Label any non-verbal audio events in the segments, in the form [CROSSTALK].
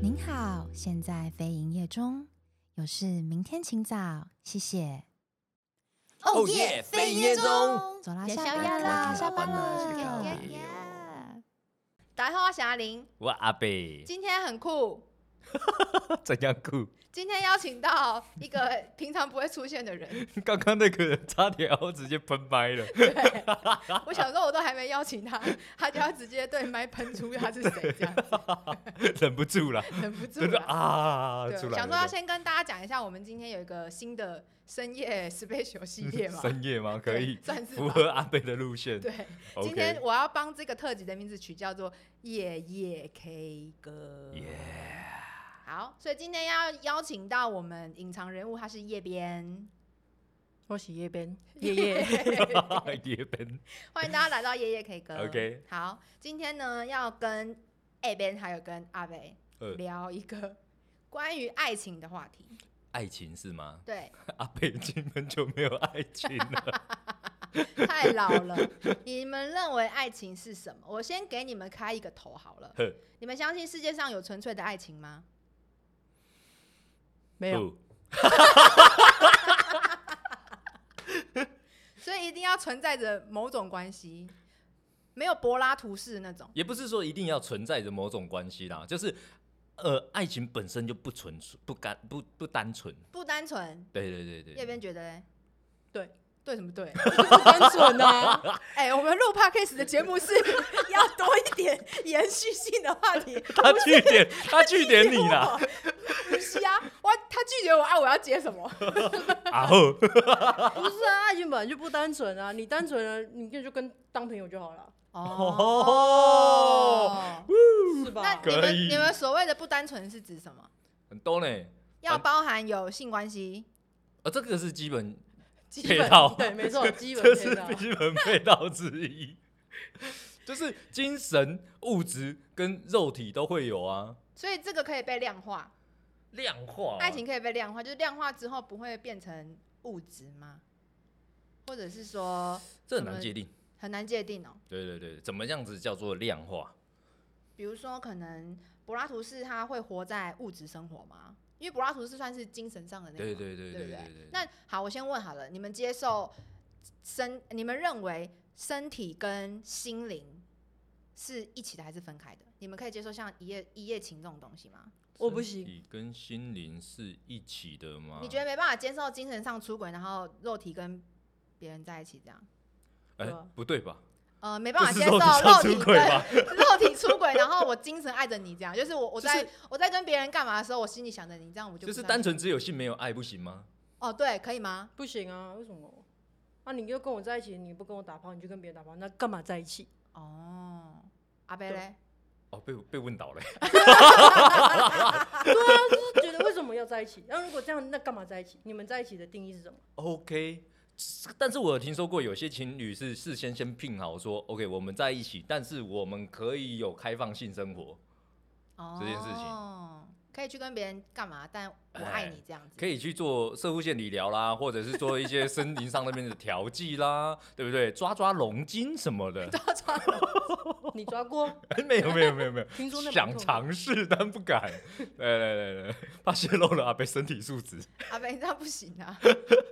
您好，现在非营业中，有事明天请早，谢谢。哦耶，飞营业中。走啦，也下宵班夜啦，啦下班下班了啦。打电话霞玲，我阿贝今天很酷， [LAUGHS] 怎样酷？今天邀请到一个平常不会出现的 [LAUGHS] 人。 [LAUGHS] 刚刚那个人差点要直接喷麦了。 [LAUGHS] 对，我想说我都还没邀请他，他就要直接对麦喷出他是谁，这样子忍不 [LAUGHS] 住了，忍不住真的了。 [LAUGHS] 啊，对出，来了。想说要先跟大家讲一下，我们今天有一个新的深夜 [LAUGHS] special 系列嘛，深夜吗？可以对， [LAUGHS] 算是符吧合阿贝的路线。对。 [LAUGHS] OK，今天我要帮这个特辑的名字取叫做“夜夜 K 歌”。好，所以今天要邀请到我们隐藏人物，他是叶边，我是叶边，叶叶， [LAUGHS] 也喷欢迎大家来到夜夜 K 歌。 OK 好，今天呢要跟叶边还有跟阿北呃聊一个关于爱情的话题。爱情是吗？ [LAUGHS] 对，阿贝已经很久没有爱情了。 [LAUGHS] 太老 [LAUGHS] 了，你们认为爱情是什么？我先给你们开一个头好了呵。你们相信世界上有纯粹的爱情吗？没有，不所以一定要存在着某种关系，没有柏拉图式的那种。也不是说一定要存在着某种关系啦，就是呃，爱情本身就不纯粹、不干、不不单纯。不单纯。对对对叶对，边觉得嘞，对对什么对？ [LAUGHS] 不单纯 [LAUGHS] 啊，哎、我们录 podcast 的节目是 [LAUGHS] 要多一点延续性的话题。他据 [LAUGHS] 点，他据点你啦。不是啊，我他拒绝我啊，我要接什么？啊后，不是啊，爱情本来就不单纯啊，你单纯了，你就跟当朋友就好了，哦，是那吧？你可们以你们所谓的不单纯是指什么？很多呢。要包含有性关系，呃，这个是基本，基本配套对，没错，基本 [LAUGHS] 这配是套基本配套之一，就是精神、物质跟肉体都会有啊，所以这个可以被量化，量化啊爱情可以被量化，就是量化之后不会变成物质吗？或者是说这很难界定。很难界定哦？对对对，怎么样子叫做量化？比如说，可能柏拉图式他会活在物质生活吗？因为柏拉图式算是精神上的那个嘛，对对对对对不对对那好，我先问好了，你们接受身，你们认为身体跟心灵是一起的还是分开的？你们可以接受像一夜一夜情这种东西吗？我不身行体跟心灵是一起的吗？你觉得没办法接受精神上出轨，然后肉体跟别人在一起这样？哎、对啊不对吧？呃，没办法这接是受肉体上肉体出轨跟吧 [LAUGHS] 肉体出轨，然后我精神爱着你这样，就是我我就是在、我在跟别人干嘛的时候，我心里想着你这样，我就就不是太单纯只有性没有爱不行吗？哦，对，可以吗？不行啊，为什么？啊，你就跟我在一起，你不跟我打炮，你就跟别人打炮，那干嘛在一起？ [LAUGHS] 哦，阿贝对嘞，哦，被被问倒了、对啊，就是觉得为什么要在一起？那如果这样，那干嘛在一起？你们在一起的定义是 [LAUGHS] 什么？ OK，但是我有听说过有些情侣是事先先聘好说，OK，我们在一起，但是我们可以有开放性生活，哦，这件事情可以去跟别人干嘛，但我爱你这样子， [LAUGHS] 可以去做射护线理疗啦，或者是做一些森林上那边的调剂啦， [LAUGHS] 对不对？抓抓龙筋什 [LAUGHS] 么的，抓抓了你抓过？没有没有没有没有，听说那蛮想痛的尝试但不敢，对对对对，怕泄露了阿贝身体素质， [LAUGHS] 阿贝，你这样不行啊，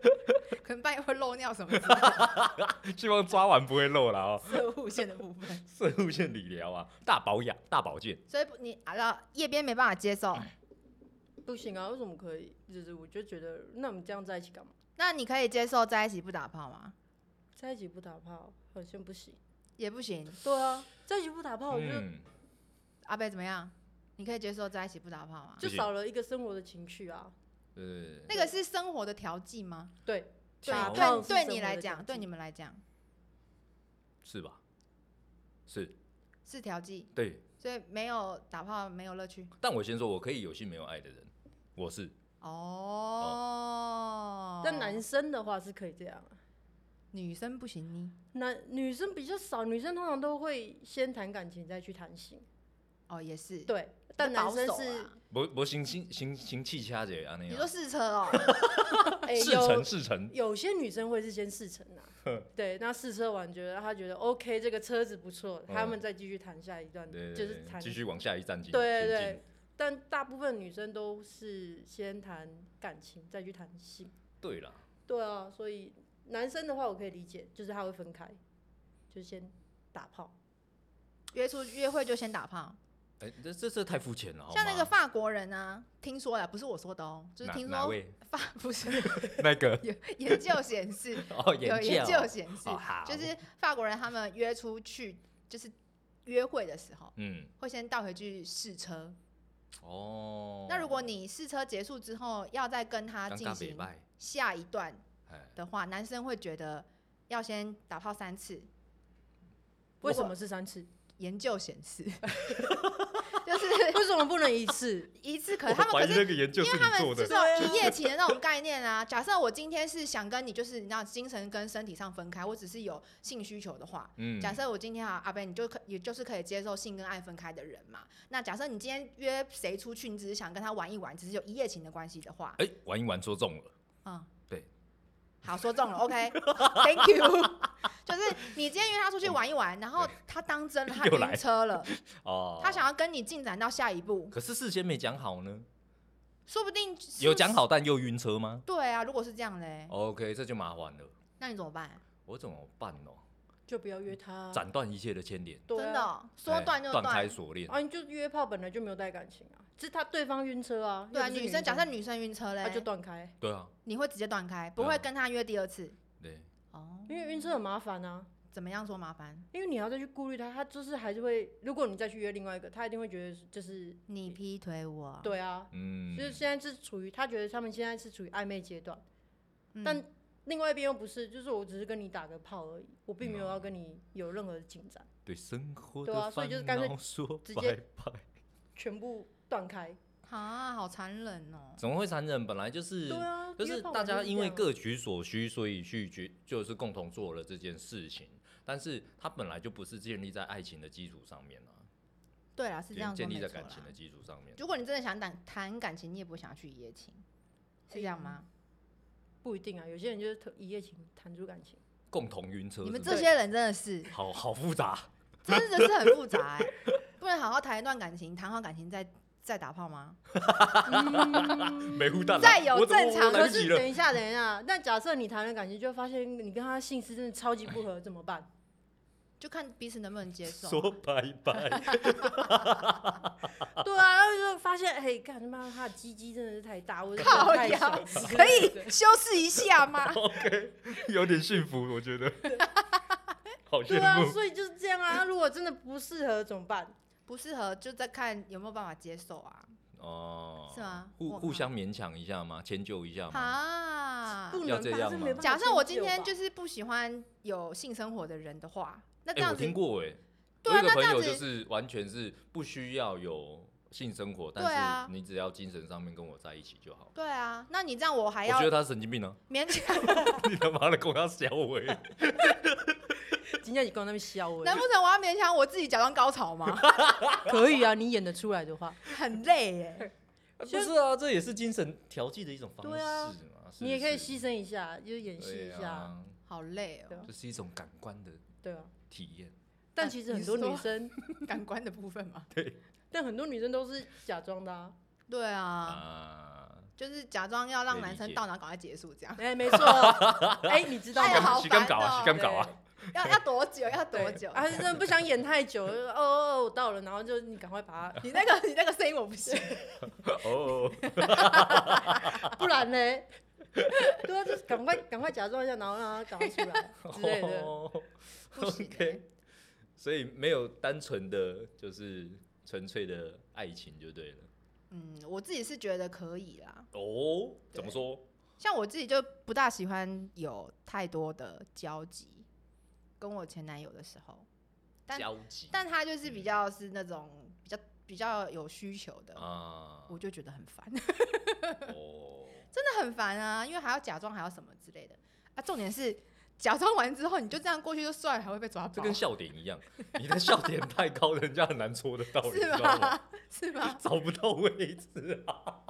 [LAUGHS] 可能半夜会漏尿什么之类的希望抓完不会漏了哦。射护线的部分，射护线理疗啊，大保养大保健，所以不你啊，那夜边没办法接受。不行啊，为什么可以？就是我就觉得，那我们这样在一起干嘛？那你可以接受在一起不打炮吗？在一起不打炮好像不行。也不行。对啊，在一起不打炮，我就、嗯，阿贝怎么样？你可以接受在一起不打炮吗？就不行少了一个生活的情趣啊。对对对那个是生活的调剂吗？对，对打炮对，啊是对生活你的来调讲，对剂你们来讲是吧？是是调剂，对。所以没有打炮没有乐趣。但我先说，我可以有性没有爱的人，我是哦，但男生的话是可以这样啊，女生不行呢？男女生比较少，女生通常都会先谈感情再去谈性。哦，也是，对，比较但男保啊生守是 [LAUGHS] 啦我我行行行行气掐姐啊那你说样，试车哦， [LAUGHS] 哎、事成有事成，有些女生会是先试乘啊，对，那试车完觉得她觉得哦 OK，这个车子不错，他嗯们再继续谈下一段，对对对就是谈继续往下一站进，对前对对进，但大部分女生都是先谈感情，再去谈性。对啦，对啊，所以男生的话我可以理解，就是他会分开，就是先打炮。约出约会就先打炮，哎、这这这太肤浅了，好像那个吗法国人啊，听说了，不是我说的哦，就是哪听哪说位法不是 [LAUGHS] 那个有研究显示， [LAUGHS] 哦，有研究究显示哦，好就是法国人他们约出去就是约会的时候，嗯会先倒回去试车。哦，那如果你试车结束之后，要再跟他尴进尬北行拜，下一段哎，的话，男生会觉得要先打炮三次。为什么是三次？研究显 [LAUGHS] 示， [LAUGHS] 就是为什么不能一次？ [LAUGHS] 一次可他们可是个研究是他们就是那对种啊一夜情的那种概念啊。 [LAUGHS] 假设我今天是想跟你，就是你知道精神跟身体上分开，我只是有性需求的话，嗯假设我今天啊阿贝，你就可也就是可以接受性跟爱分开的人嘛。那假设你今天约谁出去，你只是想跟他玩一玩，只是有一夜情的关系的 [LAUGHS] 话，哎、玩一玩说中了，嗯，对，好说中了，OK，Thank、you。就是 [LAUGHS] 你今天约他出去玩一玩，然后对他当真了，他嗯又来晕车了， [LAUGHS] 哦，他想要跟你进展到下一步，可是事先没讲好呢，说不定是有讲。好哦但又晕车吗对啊，如果是这样嘞， ？OK，这就麻烦了，那你怎么办？我怎么办哦？就不要约他。啊斩断一切的牵连，对真的啊。哦、说哎断就断断开。锁链，啊，你就约炮本来就没有带感情啊，是他对方晕车啊。对啊，又不是女生假设女生晕车他嘞，就断开，对啊，你会直接断开，不对啊会跟他约第二次。对，哦，因为晕车很麻烦啊，怎么样说麻烦？因为你要再去顾虑他，他就是还是会，如果你再去约另外一个，他一定会觉得就是你劈腿我，对啊，嗯，就是现在是处于他觉得他们现在是处于暧昧阶段，嗯但另外一边又不是，就是我只是跟你打个炮而已，我并没有要跟你有任何的进展，对生活对的啊所以就是烦干脆恼说直拜接拜。全部断开。啊，好残忍哦。怎么会残忍？本来就是，对啊，就是约炮大本来家就因为这样各取所需，所以去决就是共同做了这件事情。但是它本来就不是建立在爱情的基础上面啊，对啊，是这样建说没建立在错感啦情。的基础上面。如果你真的想谈谈感情，你也不想要去一夜情，是这样吗？不一定啊，有些人就是特一夜情谈出感情，共同晕车是你们不是，这些人真的 [LAUGHS] 是，好好复杂。真的是很复杂、欸， [LAUGHS] 不能好好谈一段感情，谈好感情再再打炮吗？没胡嗯蛋再有正常来可不及是了。等一下，等一下，那假设你谈了感情，就发现你跟他性是真的超级不合，怎么办？就看彼此能不能接受。说拜拜，对啊，然后就发现，嘿，干他妈他的鸡鸡真的是太大，我靠太小 [LAUGHS] 腰， [LAUGHS] 可以修饰一下 [LAUGHS] 吗？有点幸福，我觉得。好对啊，。所以就是这样啊。如果真的不适合怎么办？不适合就再看有没有办法接受啊。哦，是吗互我互相勉强一下吗？迁就一下吗？啊，不要能这吧，样是吗没办法。假设我今天就是不喜欢有性生活的人的话，那这哎，我样子，听过哎，对我啊有个朋那这友样就子是完全是不需要有性生活，对啊但是你只要精神上面跟我在一起就好。对啊，那你这样我还我要觉得他神经 [LAUGHS] 病啊！勉 [LAUGHS] 强，你他妈的跟他小 [LAUGHS] 尾，今天你光那边笑我，难不成我要勉强我自己假装高潮吗？ [LAUGHS] 可以啊，你演得出来的话，很累耶，不是啊，这也是精神调剂的一种方对啊式嘛。是你也不可以是牺牲一下，就是演戏一对下，啊，好累对啊哦，这是一种感官的对啊。体验。但其实很多你说女 [LAUGHS] 生， [LAUGHS] 感官的部分嘛。但很多女生都是假装 [LAUGHS] 的啊。对啊，啊，就是假装要让男可以理生解到哪赶快结束这样。哎，没错，哎，你知道哎呀吗？好是干搞烦啊，哦是干搞啊。要要多久？要多对久？啊，真的不想演太久，就说哦哦，哦我到了，然后就你赶快把你那个你那个声音我不行， [LAUGHS] 哦，它，不然呢？ [LAUGHS] 对啊，就是赶快赶快假装一下，然后让他赶快出来哦之类 [LAUGHS] 的。不行欸耶。 OK 所以没有单纯的就是纯粹的爱情就对了。 [LAUGHS] 嗯，我自己是觉得可以啦。哦，对怎么说？像我自己就不大喜欢有太多的交集，跟我前男友的时候，但交集但他就是嗯比较是那种比较比较有需求的，啊， [LAUGHS] 我就觉得很烦，哦，真的很烦啊，因为还要假装还要什么之类的啊。重点是假装完之后你就这样过去就算了，还会被抓这包跟，笑点一样，你的笑点太高，人家很难戳得到，你知是道吗？吧？ [LAUGHS] 是吧？找不到位置啊，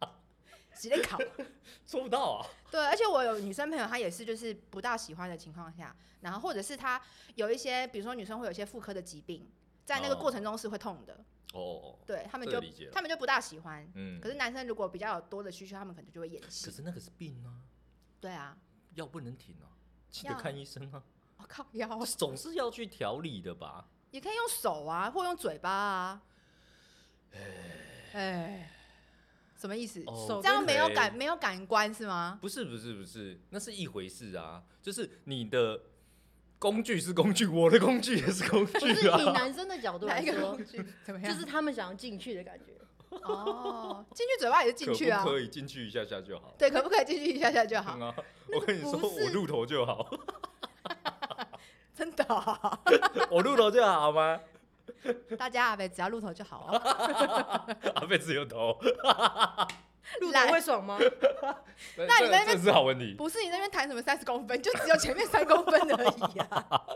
[LAUGHS] 几类考。戳不到啊。对，而且我有女生朋友，她也是就是不大喜欢的情况下，然后或者是她有一些，比如说女生会有一些妇科的疾病，在那个哦过程中是会痛的，哦哦，哦对他们这就个理解了他们就不大喜欢。嗯，可是男生如果比较有多的需求，他们可能就会演可戏。是那个是病啊，对啊，药不能停啊，记得药看医生啊，我、靠腰，总是要去调理的吧？也可以用手啊，或用嘴巴啊。哎，什么意思？哦手这样跟没有腿感没有感官是吗？不是不是不是，那是一回事啊，就是你的工具是工具，我的工具也是工不是具以 [LAUGHS] 啊。男生的角度哪来一个说工，具？ [LAUGHS] 怎么就样？是他们想要进去的感觉。哦，进去嘴巴也是进去啊可不。可以进去一下下就好？对，可不可以进去一下下就好嗯？啊，我跟你说，不是我入头就好，真的哦、我入头就好吗？大家啊，别只要露头就好哦。 [LAUGHS] 阿贝只有头，路来人会爽吗？那你这们那边这是好问题，不是你那边谈什么三十公分，就只有前面三公分而已 [LAUGHS] 啊。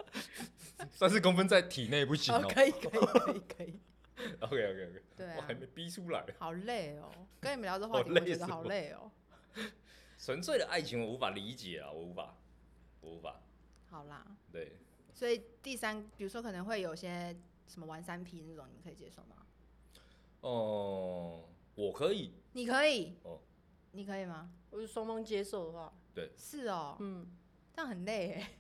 三十公分在体内不行哦哦。，可以，可以，可以，可以。 OK OK OK，对 [LAUGHS] 我啊还，没逼出来，好累哦，跟你们聊这我话题，我累觉死得好我累哦。纯粹的爱情我无法理解啊，我无法，我无法，好啦，对，所以第三，比如说可能会有些什么玩三 P 那种，你们可以接受吗？哦、我可以，你可以，哦你可以吗？我是双方接受的话，是哦，嗯，这样很累 [LAUGHS] 哎。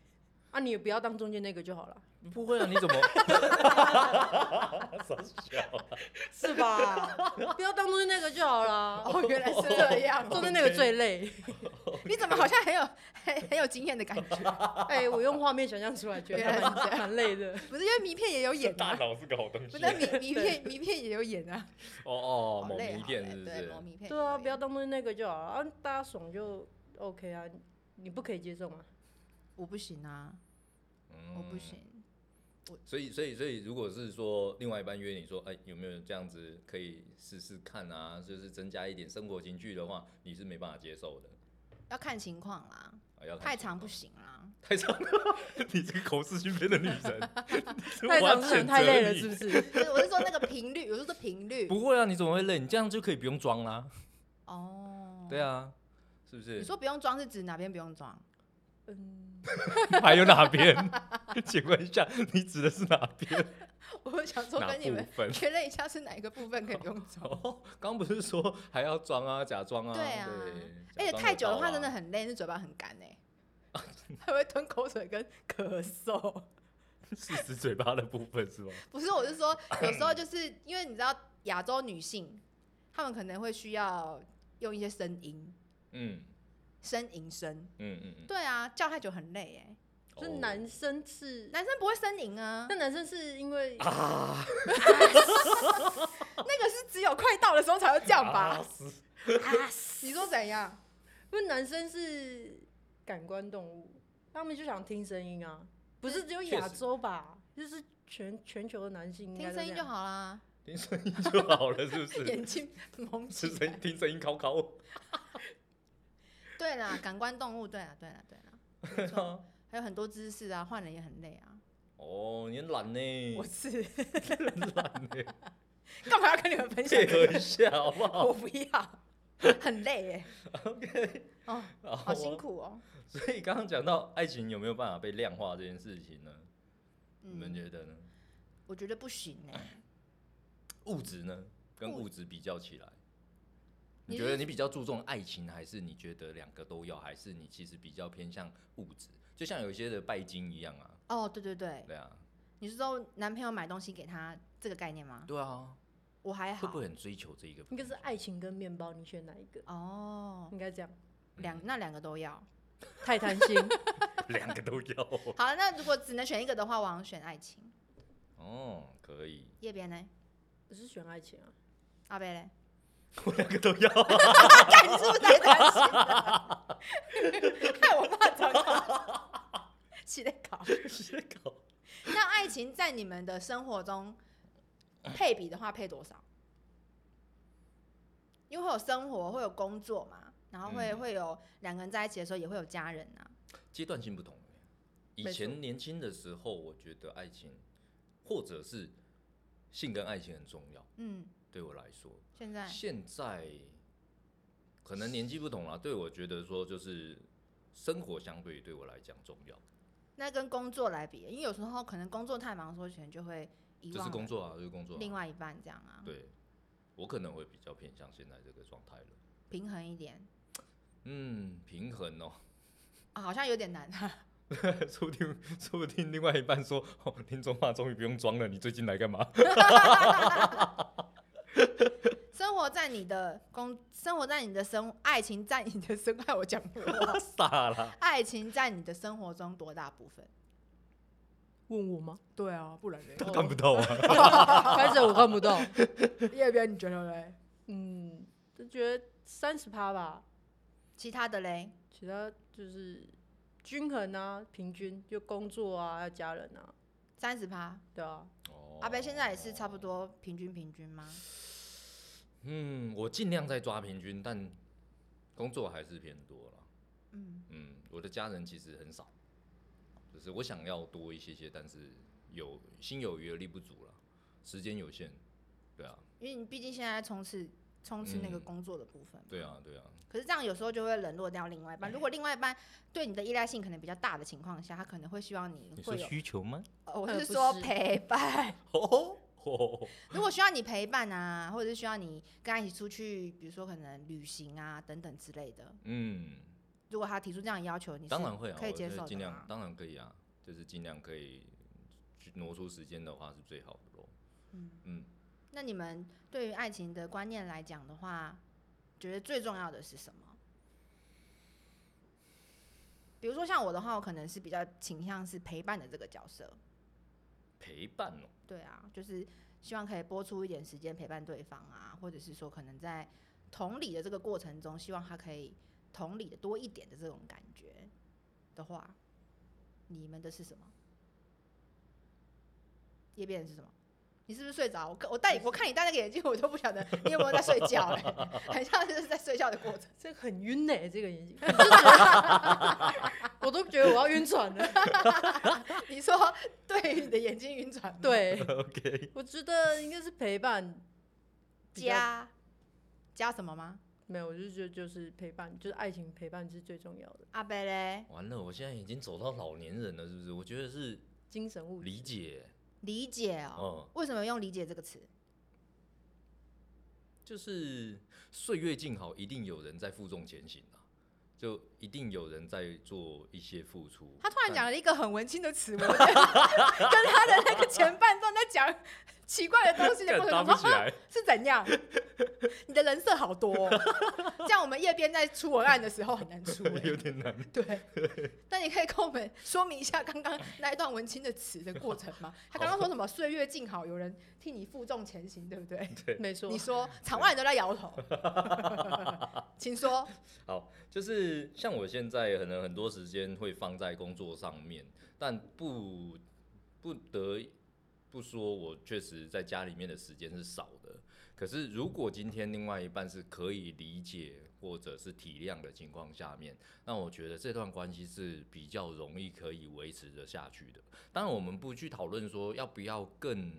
啊，你也不要当中间那个就好了，不会啊，你 [LAUGHS] 怎么？ [LAUGHS] 傻笑啊是吧？不要当中间那个就好了，哦，原来是这样。哦哦中间那个最累。 [LAUGHS] 你怎么好像很有很很有经验的感觉？哎，我用画面想象出来，觉得哦原来是这蛮蛮累的。不是因为名片也有演 [LAUGHS] 大啊，脑是个好东不西是。名名片名片也有演啊。哦哦，好某累迷好片累是不对是？某迷片。对啊，不要。当中间那个就好了，啊，大家爽就 OK 啊，你不可以接受吗？我不行啊，嗯我不。行。所以，所以，所以，如果是说另外一半约你说，哎，有没有这样子可以试试看啊？就是增加一点生活情趣的话，你是没办法接受的。要看情况啦，啊、要看太情长不况，行啦。 [LAUGHS] 太长了。你这个口是心非的 [LAUGHS] 女人，太长时是间太累了，是不是？是？ [LAUGHS] 不是，我是说那个频率，我是说频率。不会啊，你怎么会累？你这样就可以不用装啦、哦，对啊，是不是？你说不用装是指哪边不用装？ [LAUGHS] 嗯， [LAUGHS] 还有哪边？ [LAUGHS] 请问一下，你指的是哪边？我想 [LAUGHS] 说哪跟你部们 [LAUGHS] 分？确认一下是哪一个部分可以不 [LAUGHS] 用装。哦，刚不是说还要装啊，假装啊？对啊而对且太久的话真的。假装得到啊很累，那嘴巴很干 [LAUGHS] 哎，还会吞口水跟咳嗽。 [LAUGHS] 是指嘴巴的部分是吗？不是，我是说有 [COUGHS] 时候就是因为你知道亚洲女性，她们可能会需要用一些声音，嗯呻吟声。嗯嗯嗯。对啊，叫太久很累哎，哦是 [LAUGHS] 男生是，男生不会呻吟啊，那男生是因为啊那个是只有快到的时候才会这样吧哦啊？是你说怎样？因为男生是感官动物，他们就想听声音啊，不是只有亚洲嗯吧？就是全全球的男性应该听都这声样音就。好啦，听声音就好了，是不是？眼睛蒙起是声来。音听声音考考我。对啦，感官动物，对啦，对啦，对啦，没错。还有很多姿势啊，换人也很累啊。 [LAUGHS] [LAUGHS] 哦，你很懒呢，我是 [LAUGHS] 很懒呢，干嘛要跟你们分享配？合一下好不我好不要，很累 [LAUGHS] 哎， ？OK，哦， [LAUGHS] 好好辛。苦哦。所以刚刚讲到爱情有没有办法被量化这件事情呢？你们嗯，觉得呢？我觉得不行哎。物质呢，跟物物质比较起来，你你是觉得你比较注重爱情，还是你觉得两个都要，还是你其实比较偏向物质？就像有些的拜金一样啊，哦，对对对，对啊，你是说男朋友买东西给她这个概念吗？对啊，我还好会，不会很追求这一个？应该是爱情跟面包，你选哪一个？哦，应该这样，嗯两那两个都要。太贪 [LAUGHS] 心。 [LAUGHS] 两个都要 [LAUGHS] 好了，那如果只能选一个的话，我好像选爱情。哦，可以，叶边呢？我是选爱情啊，阿贝嘞？我两个都要 [LAUGHS] 啊，看你是不是太贪心了？害我骂脏话。起来搞。这个 [LAUGHS] 那爱情在你们的生活中配比的话，配多少？因为会有生活，会有工作嘛，然后会、嗯会有两个人在一起的时候，也会有家人啊。阶段性不同。欸以没错前年轻的时候，我觉得爱情，或者是性跟爱情很重要，嗯，对我来说，现在现在可能年纪不同了，对我觉得说就是生活相对对我来讲重要。那跟工作来比，因为有时候可能工作太忙的时候，可能就会遗就是忘工了作啊，就是工作、啊。另外一半这样啊，对，我可能会比较偏向现在这个状态了。平衡一点嗯，平衡哦， [LAUGHS] 啊， [LAUGHS] 好像有点难。说不定说不定另外一半说，哦，林中华终于不用装了，你最近来干嘛？ [LAUGHS] 生活在你的工，生活在你的生，爱情在你的生，爱我讲不完傻啦，爱情在你的生活中多大部分？问我吗？对啊，不然嘞他看不到啊。开始我看不到。要不要你觉得嘞？嗯，就觉得三十趴吧，其他的嘞？其他就是均衡啊，平均就工作啊，还有家人啊，三十趴，对啊，哦 [LAUGHS] 阿贝现在也是差不。多平均平均吗？嗯，我尽量在抓平均，但工作还是偏多了。嗯，嗯，我的家人其实很少，就是我想要多一些些，但是有心有余而力不足了，时间有限。对啊，因为你毕竟现在冲刺冲刺那个嗯工作的部分、对。啊，对啊，可是这样有时候就会冷落掉另外一半。如果另外一半对你的依赖性可能比较大的情况下，他可能会希望你会有，求吗？呃我呃是不说是陪伴。哦吼，如果需要你陪伴啊，或者是需要你跟他一起出去，比如说可能旅行啊等等之类的，嗯，如果他提出这样的要求，你是当然会啊，可以我接觉得受尽的量吗。当然可以啊，就是尽量可以去挪出时间的话是最好的咯。嗯嗯，那你们对于爱情的观念来讲的话，觉得最重要的是什么？比如说像我的话，我可能是比较倾向是陪伴的这个角色，陪伴哦， [LAUGHS] 对啊，就是希望可以拨出一点时间陪伴对方啊，或者是说可能在同理的这个过程中，希望他可以同理的多一点的这种感觉的话，你们的是什么？叶变是什么？你是不是睡着？我看我戴我看你戴那个眼镜，我都不晓得你有没有在睡觉、 [LAUGHS] 欸，很像是在睡觉的过程。这个很晕呢、这个眼睛，我就觉得 [LAUGHS] 我都觉得我要晕船了。你说对于你的眼睛晕船吗，对，OK，我觉得应该是陪伴比较加加什么吗？没有，我就觉得就是陪伴，就是爱情陪伴是最重要的，阿贝嘞，完了，我现在已经走到老年人了，是不是？我觉得是精神物质理解，理解哦，嗯，为什么用理解这个词？就是岁月静好，一定有人在负重前行啊，就一定有人在做一些付出。他突然但讲了一个很文青的词，我 [LAUGHS] 跟他的那个前半段在讲奇怪的东西的过干 [LAUGHS] 程搭不中，起说啊来，是怎样？你的人设好多、哦，这样我们叶边在出文案的时候很难 [LAUGHS] 出、有欸。点难。对，那你可以跟我们说明一下刚刚那一段文青的词的过程 [LAUGHS] 吗？他刚刚说什么“岁月静好”，有人替你负重前行，对不 [LAUGHS] 对？没错你，说，场外人都在摇头， [LAUGHS] 请说。好，就是像我现在可能很多时间会放在工作上面，但不不得不说，我确实在家里面的时间是少的。可是如果今天另外一半是可以理解或者是体谅的情况下面，那我觉得这段关系是比较容易可以维持的下去的。当然，我们不去讨论说要不要更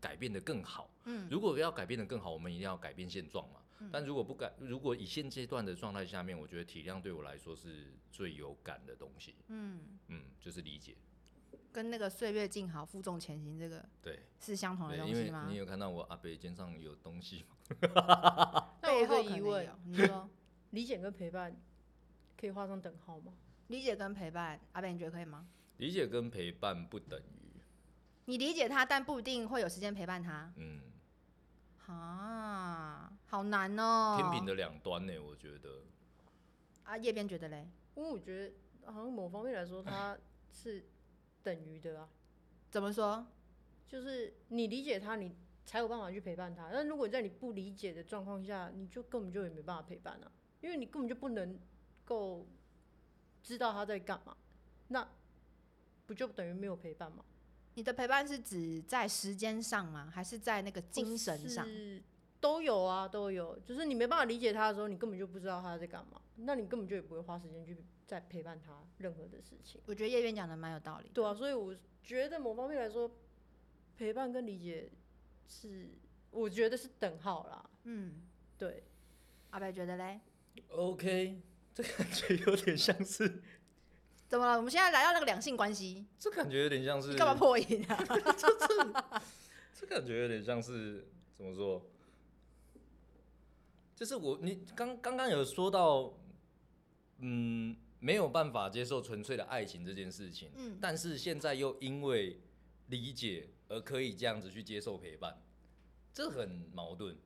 改变的更好，嗯如果要改变的更好，我们一定要改变现状嘛。嗯但如果不改，如果以现阶段的状态下面，我觉得体谅对我来说是最有感的东西。嗯，嗯，就是理解。跟那个“岁月静好”负重前行这个对，是相同的哦对，东因西为吗？你有看到我阿北肩上有东西吗？ [LAUGHS] 那我背有后个可能疑问有，你说理解跟陪伴可以画上等号吗？理解跟陪伴，阿北你觉得可以吗？理解跟陪伴不等于，你理解他，但不一定会有时间陪伴他嗯，啊，好难哦。天平的两端呢，我觉得。啊，叶边觉得嘞，因为我觉得好像某方面来说，它是等于的啊，怎么说？就是你理解他，你才有办法去陪伴他。但如果在你不理解的状况下，你就根本就也没办法陪伴啊，因为你根本就不能够知道他在干嘛，那不就等于没有陪伴吗？你的陪伴是指在时间上吗？还是在那个精神上？是都有啊，都有。就是你没办法理解他的时候，你根本就不知道他在干嘛，那你根本就也不会花时间去再陪伴他任何的事情。我觉得叶边讲的蛮有道理。对啊，所以我觉得某方面来说，陪伴跟理解是，我觉得是等号啦。嗯，对，阿北觉得嘞， OK，这感觉有点像是，怎么了？我们现在来到那个两性关系，这感觉有点像是你干嘛破音啊？这感觉有点像是怎么说？就是我你刚刚刚有说到，嗯，没有办法接受纯粹的爱情这件事情，嗯但是现在又因为理解而可以这样子去接受陪伴，这很矛盾。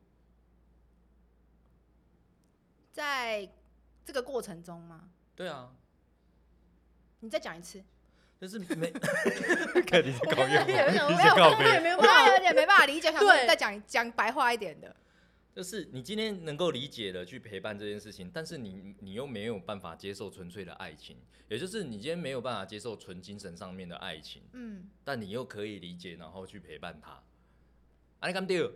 在这个过程中吗？对啊，你再讲一次，就是没， [LAUGHS] 看你在搞也没有，你没在有，告我也没有我办刚法刚有点没办法理解，想说对再讲一讲白话一点的。就是你今天能够理解的去陪伴这件事情，但是你你又没有办法接受纯粹的爱情，也就是你今天没有办法接受纯精神上面的爱情，嗯，但你又可以理解，然后去陪伴他。啊，你干掉，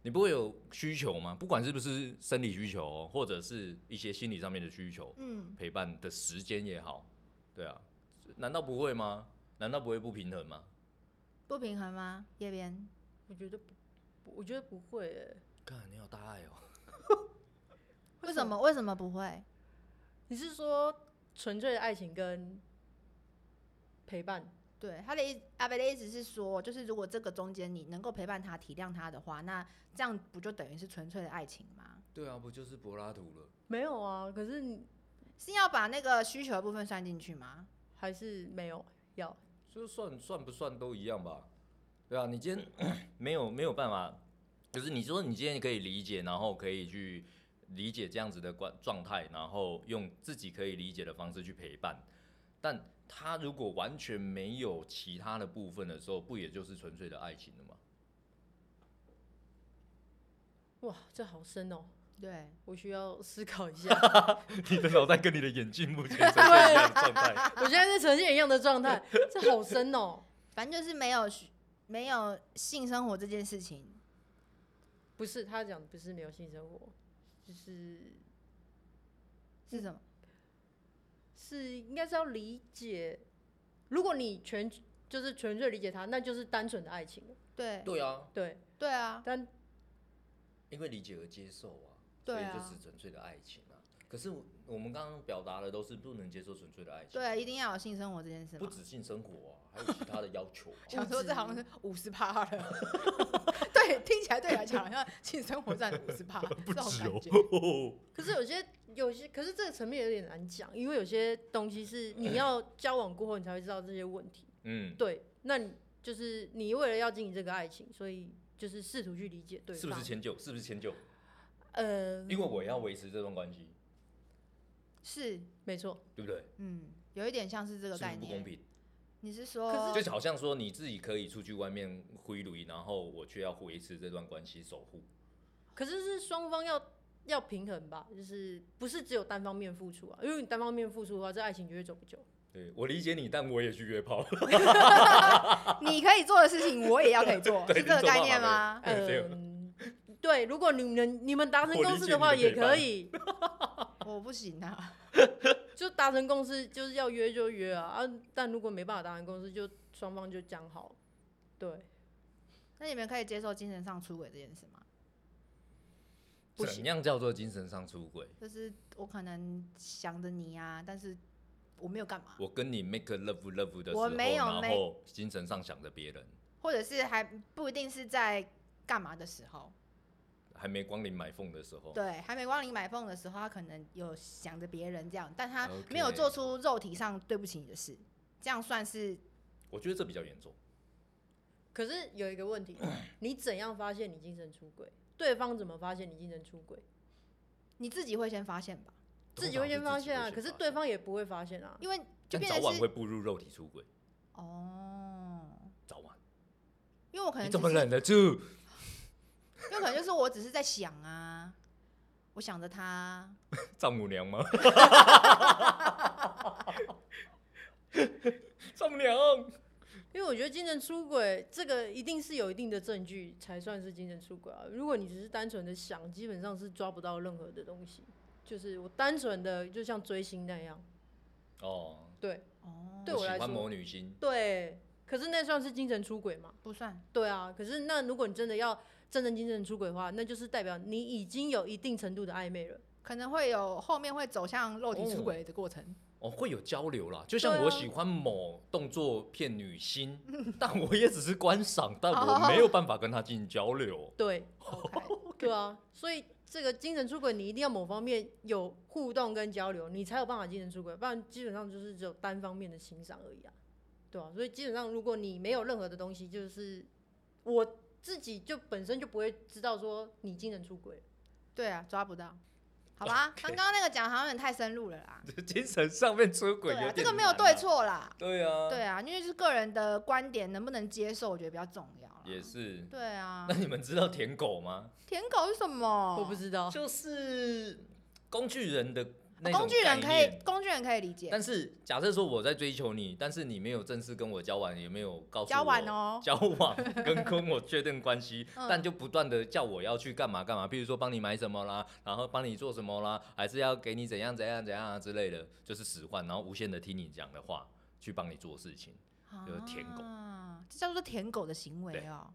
你不会有需求吗？不管是不是生理需求哦、或者是一些心理上面的需求，嗯，陪伴的时间也好，对啊，难道不会吗？难道不会不平衡吗？不平衡吗？叶边，我觉得不，我觉得不会欸、看你好大爱哦、为什么？为什么不会？你是说纯粹的爱情跟陪伴？对他的意阿北的意思是说，就是如果这个中间你能够陪伴他、体谅他的话，那这样不就等于是纯粹的爱情吗？对啊，不就是柏拉图了？没有啊，可是你是要把那个需求的部分算进去吗？还是没有要。就算算不算都一样吧，对啊，你今天 [COUGHS] 没有没有办法，就是你说你今天可以理解，然后可以去理解这样子的关状态，然后用自己可以理解的方式去陪伴，但他如果完全没有其他的部分的时候，不也就是纯粹的爱情了吗？ [LAUGHS] 哇，这好深哦、对，我需要思考 [LAUGHS] 一下。你的脑袋跟你的眼睛目前呈现一样的状态，我现在是呈现一样的状态，这好深哦、反正就是没有需没有性生活这件事情，不是，他讲不是没有性生活，就是是什么？是应该是要理解。如果你全就是纯粹理解他，那就是单纯的爱情了。对对啊，对，对啊，但因为理解而接受啊，所对以啊就是纯粹的爱情啊。可是我我们刚刚表达的都是不能接受纯粹的爱情，对，一定要有性生活这件事不嘛。止性生活啊，还有其他的要求、啊。 [LAUGHS] 想说物质这好像 [LAUGHS] 是五十趴了， [LAUGHS] 对，听起来对你来讲好像性生活占五十 [LAUGHS] 趴，这种感觉。哦， [LAUGHS] 可是有些有些，可是这个层面有点难讲，因为有些东西是你要交往过后你才会知道这些问题。嗯，对，那你就是你为了要经营这个爱情，所以就是试图去理解对方。是不是迁就？是不是迁就？呃，因为我要维持这段关系，是，没错，对不对？嗯，有一点像是这是个不概是不公念。平？你是可说，就是好像说你自己可以出去外面挥霍，然后我却要维持这段关系守护。可是是双方要要平衡吧，就是不是只有单方面付出啊？因为你单方面付出的话，这爱情就会走不久。对我理解你，但我也去约炮，你可以做的事情，我也要可以做， [LAUGHS] 对是这个你懂概吗念吗？宝贝 [LAUGHS] 对对嗯，对，如果你们你们达成我理共识解的你话，的也陪伴可以，我不行啊， [LAUGHS] 就达成共识，就是要约就约啊啊！但如果没办法达成共识，就双方就讲好。对，那你们可以接受精神上出轨这件事吗？不怎样叫做精神上出轨？就是我可能想着你啊，但是我没有干嘛，我跟你 make love love 的时候，我没有然 make- 后精神上想着别人，或者是还不一定是在干嘛的时候，还没光临买凤的时候，对，还没光临买凤的时候，他可能有想着别人这样，但他 OK 没有做出肉体上对不起你的事，这样算是我觉得这比较严重。可是有一个 [COUGHS] 问题，你怎样发现你精神出轨？对方怎么发现你精神出轨？你自己会先发现吧，自己会先发现通啊，常可自己会是先对方也不会发现啊。因为就但变早成晚是会步入肉体出轨，哦，早晚。因为我可能你只怎么是忍得住？因为可能就是我只是在想啊，我想着他，丈母 [LAUGHS] 娘吗？丈母娘，因为我觉得精神出轨这个一定是有一定的证据才算是精神出轨啊。如果你只是单纯的想，基本上是抓不到任何的东西。就是我单纯的就像追星那样，哦，对哦，对我来喜说欢魔女心，对。可是那算是精神出轨吗？不算，对啊。可是那如果你真的要真正精神出轨的话，那就是代表你已经有一定程度的暧昧了。 [LAUGHS] 可能会有后面会走向肉体出轨的过程，哦，会有交流啦，就像对啊我喜欢某动作片女星，但我也只是观赏，但我没有办法跟她进行交流。对 OK，对啊，所以这个精神出轨，你一定要某方面有互动跟交流，你才有办法精神出轨，不然基本上就是只有单方面的欣赏而已啊，对啊，所以基本上如果你没有任何的东西，就是我自己就本身就不会知道说你精神出轨，对啊，抓不到。好吧，刚刚那个讲好像有点太深入了 [LAUGHS] 啦。精神上面出对轨有点、啊，这个没有对。错啦。对啊，对啊，因为是个人的观点能不能接受，我觉得比较重要啦。也是。对啊 [LAUGHS] 那，你们知道舔狗吗？舔狗是什么？我不知道，就是工具人的那种哦工具人概可以念，工具人可以理解。但是假设说我在追求你，但是你没有正式跟我交往，也没有告诉我交往哦交往跟跟我确定关系， [LAUGHS] 嗯但就不断的叫我要去干嘛干嘛，比如说帮你买什么啦，然后帮你做什么啦，还是要给你怎样怎样怎样啊之类的，就是使唤，然后无限的听你讲的话去帮你做事情。就是舔狗啊，这叫做舔狗的行为对哦。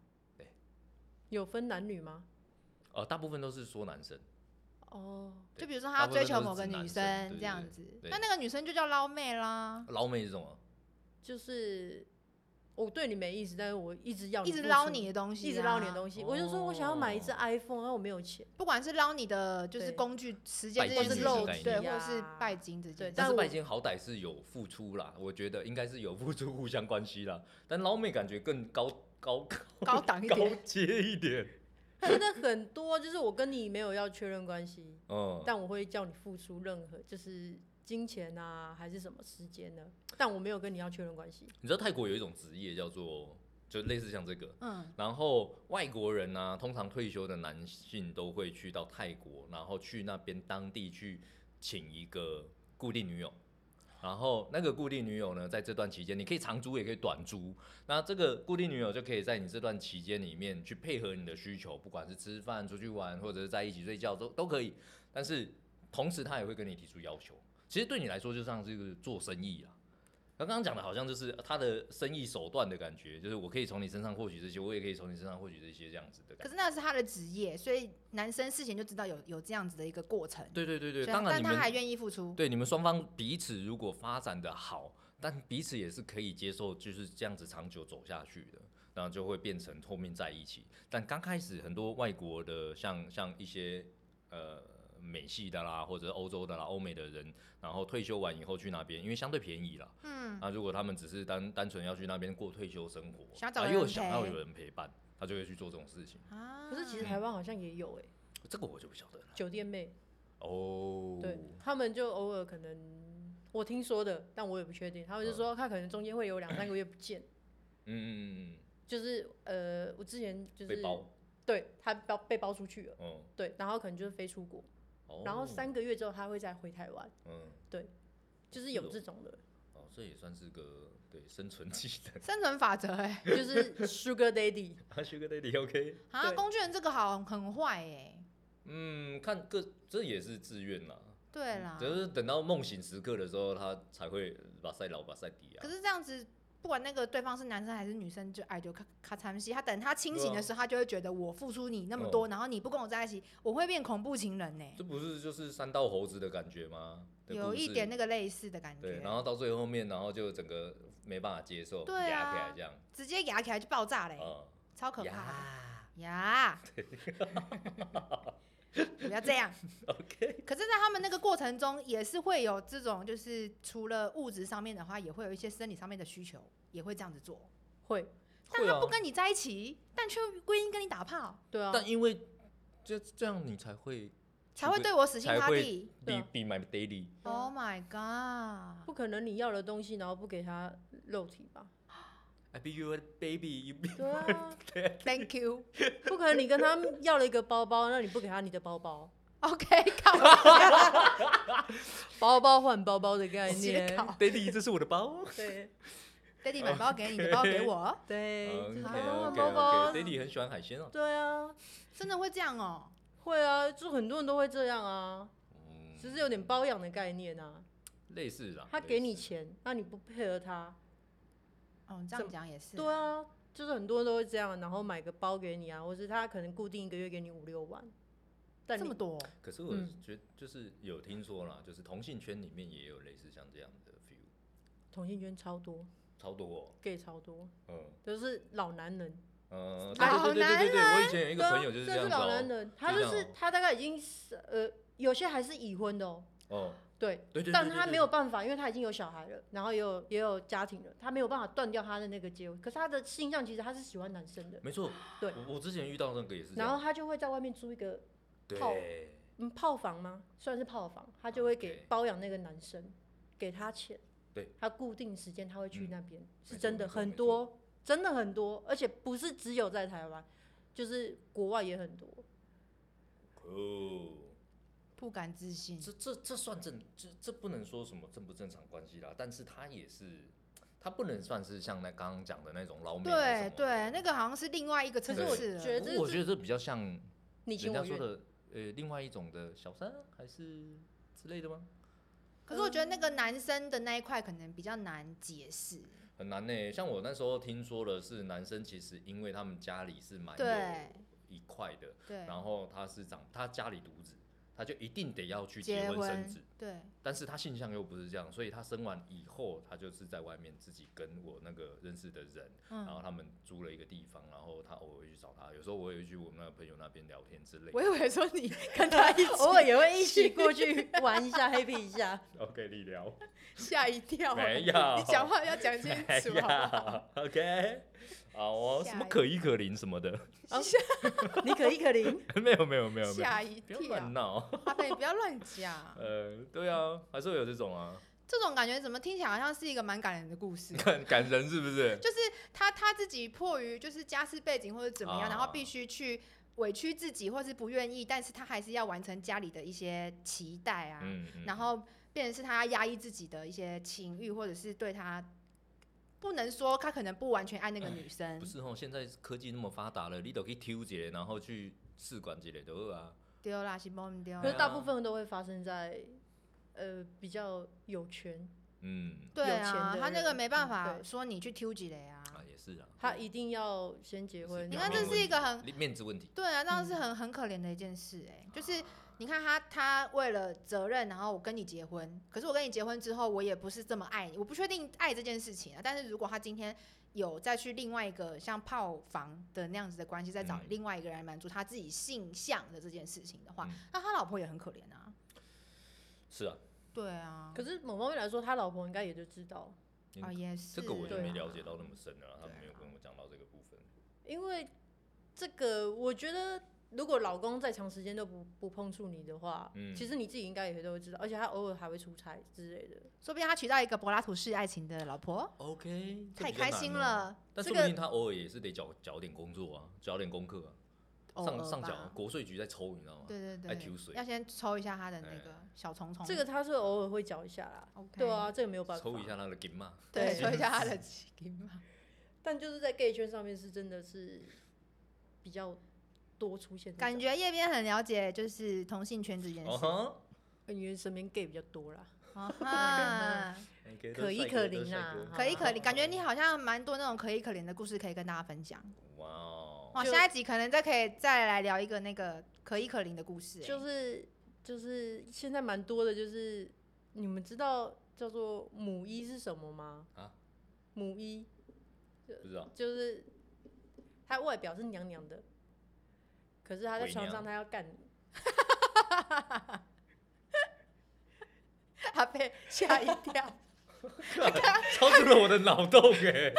有分男女吗？呃，大部分都是说男生，哦，对就比如说他要大部分追都求是某个指女男生生对对这样对子，对那那个女生就叫捞妹啦，捞妹这种啊，就是我对你没意思，但是我一直要一直付捞出你的东西啊，一直捞你的东西，我就说我想要买一只哦 iPhone，然后我没有钱。不管是捞你的就是对工具、时间拜这金件事这情，种概对，念或者是呀拜金这件对事但情。啊但是我拜金好歹是有付出啦，我觉得应该是有付出互相关系啦，但捞妹感觉更高高高档一高点，阶一 [LAUGHS] 点，真的很多，就是我跟你没有要确认关系，嗯。但我会叫你付出任何就是金钱啊，还是什么时间呢？但我没有跟你要确认关系。你知道泰国有一种职业叫做，就类似像这个。嗯，然后外国人呢、通常退休的男性都会去到泰国，然后去那边当地去请一个固定女友。然后那个固定女友呢，在这段期间，你可以长租也可以短租。那这个固定女友就可以在你这段期间里面去配合你的需求，不管是吃饭、出去玩，或者是在一起睡觉都都可以。但是同时，她也会跟你提出要求。其实对你来说，就像是一个做生意啊。刚刚讲的好像就是他的生意手段的感觉，就是我可以从你身上获取这些，我也可以从你身上获取这些这样子的感可觉。是那是他的职业，所以男生事前就知道有有这样子的一个过程。对对对对，所以当然啊但你他还们愿意付出。对你们双方彼此如果发展的好，但彼此也是可以接受，就是这样子长久走下去的，然后就会变成后面在一起。但刚开始很多外国的像像一些呃美系的啦，或者欧洲的啦、欧美的人，然后退休完以后去那边，因为相对便宜啦，嗯，那如果他们只是单单纯要去那边过退休生活，想要找啊人又陪想要有人陪伴，他就会去做这种事情。啊可是嗯其实台湾好像也有哎、这个我就不晓得了。酒店妹，哦，对他们就偶尔可能我听说的，但我也不确定。他们就说他可能中间会有两三个月不见，嗯嗯嗯就是呃，我之前就嗯，是被包，对他包被包出去了，嗯，对，然后可能就是飞出国，哦然后，三个月之后他会再回台湾，嗯，就是是有哦这种的。哦，这也算是个对生存技能。 [LAUGHS] 生存法则哎，就是 Sugar Daddy， [LAUGHS] 啊，Sugar Daddy OK，啊，对工具人这个好很坏哎，嗯，看各这也是自愿啦，对啦。只嗯是等到梦醒时刻的时候，他才会把赛老把赛底啊可。是这样子，不管那个对方是男生还是女生，就哎就咔咔参戏。他等他清醒的时候，他就会觉得我付出你那么嗯多，然后你不跟我在一起，我会变恐怖情人呢、这不是就是三道猴子的感觉吗？的有故一事点那个类似的感对，觉然，后到最后面，然后就整个没办法接受，对压啊起来这样，直接牙起来就爆炸嘞、啊、超可怕呀 [LAUGHS] 牙。不要这样。 ，OK，可是，在他们那个过程中，也是会有这种，就是除了物质上面的话，也会有一些生理上面的需求，也会这样子做。会，但会他啊不跟你在一起，但却归因跟你打炮，对啊，但因为这这样你才会才会对我死心才塌会地。对 be 啊 be my daily，对啊 Oh my god！ [LAUGHS] 不可能你要的东西，然后不给他肉体吧？ I be your baby，you [LAUGHS] be 对啊， Thank you 。 [LAUGHS] 不可能你跟他要了一个包包，那你不给他你的包包， OK，靠包包换包包的概思念，考 daily，这是我的包。对 [LAUGHS] ，Daddy 买包给你，你的包给我， [LAUGHS] 对，哦 OK 就是啊 OK 包包 OK，Daddy 很喜欢海鲜哦。对啊，真的会这样哦。会啊，就很多人都会这样啊，嗯，只是有点包养的概念啊。类似啦。他类给你似，钱，那你不配合他，哦，你这怎样么讲也是。对，啊，就是很多人都会这样，然后买个包给你啊，或是他可能固定一个月给你五六万，但这你么多，可是我嗯觉就是有听说啦，就是同性圈里面也有类似像这样的 feel，同性圈超多超多、 ，gay 超多，哦，嗯都是老男人。呃，对老对对对对对，男我以前有一个哎对啊朋友就是这真样是子老男哦，人，他就就这样是哦他大概已经是呃，有些还是已婚的哦，哦，对，对对对但对他对没有办法，因为他已经有小孩了，然后也有也有家庭了，他没有办法断掉他的那个结婚。可是他的性向其实他是喜欢男生的，没错，对我我之前遇到那个也是这然后样，他就会在外面租一个泡对，嗯炮房吗？算是炮房，他就会给 OK 包养那个男生，给他钱，对，他固定时间他会去嗯那边，是没错真的没错很没错多，真的很多，而且不是只有在台湾，就是国外也很多。哦，不敢置信。这这这算正，这这不能说什么正不正常关系啦，但是他也是，他不能算是像那刚刚讲的那种捞面还是什对么对，的，那个好像是另外一个可层是我次了。觉得我我觉得这比较像你情人家我说愿，的呃另外一种的小三啊还是之类的吗？可是我觉得那个男生的那一块可能比较难解释，很难呢、像我那时候听说的是，男生其实因为他们家里是蛮对哎有一块的，对，然后他是长他家里独子，他就一定得要去结婚生婚子，对，但是他性向又不是这样，所以他生完以后，他就是在外面自己跟我那个认识的人，嗯，然后他们租了一个地方，然后他偶尔会去找他，有时候我也会去我们那个朋友那边聊天之类我的。以为说你 [LAUGHS] 跟他一起， [LAUGHS] 偶尔也会一起过去玩一下、happy [LAUGHS] 一下。 OK，你聊吓一跳，没有哦 [LAUGHS] 你讲话要讲清哎楚好不好？呀？OK，好哦，吓什么一可一可零什么的，你可一可零，没有没有没有没有，吓一不要跳乱，闹。阿贝不要乱讲，呃，对啊，还是会有这种啊，？这种感觉怎么听起来好像是一个蛮感人的故事 [LAUGHS] 感感人是不 [LAUGHS] 是？就是他他自己迫于就是家世背景或者怎么样，啊然后必须去委屈自己，或是不愿意，但是他还是要完成家里的一些期待啊，嗯，嗯然后变成是他压抑自己的一些情欲，或者是对他不能说他可能不完全爱那个女生不，是哦，现在科技那么发达了，你都可以抽一个，然后去试管之类的啊。丢啦，是不丢可对啦。啊是大部分都会发生在呃比较有权，嗯，对有钱啊的，他那个人嗯没办法对说你去挑几雷啊，啊也是啊，他一定要先结婚。你然看后这是一个很面面子问题，对啊，那嗯是很很可怜的一件事哎、就是你看他他为了责任，然后我跟你结婚，可是我跟你结婚之后，我也不是这么爱你，我不确定爱这件事情啊。但是如果他今天有再去另外一个像炮房的那样子的关系，再找嗯另外一个人来满足他自己性向的这件事情的话，嗯那他老婆也很可怜啊。是啊，对啊，可是某方面来说，他老婆应该也就知道，哦也是，这个我就对没啊了解到那么深了啊，他对啊没有跟我讲到这个部分。因为这个我觉得，如果老公再长时间都不不碰触你的话，嗯其实你自己应该也都会知道，而且他偶尔还会出差之类的。说不定他娶到一个柏拉图式爱情的老婆， OK，这啊太比较开难心哦。了。但这说不个定他偶尔也是得缴缴点工作啊，缴点功课啊，偶上尔上吧缴国税局在抽，你知道吗？哦对对爱对抽，水要先抽一下他的那个哎小虫虫。这个他是偶尔会搅一下啦。 OK，对啊，这个没有办法。抽一下他的金嘛，对，对抽一下他 [LAUGHS] 的基因嘛。但就是在 gay 圈上面是真的是比较多出现这种，感觉叶边很了解，就是同性圈这件哦事。哼，因为身边 gay 比较多啦。啊哈，哎给他可一帅哥给可他零帅啊哥 [LAUGHS] 好可以可怜，感觉你好像蛮多那种可以可怜的故事可以跟大家分享。哇哦，哇，就下一集可能再可以再来聊一个那个可以可怜的故事、欸。就是就是现在蛮多的，就是你们知道叫做母一是什么吗？啊，母一不知道。 [LAUGHS] 就是他外表是娘娘的，可是他在伪床娘上他 [LAUGHS] 要干你，他被吓一跳，超出了我的脑洞哎、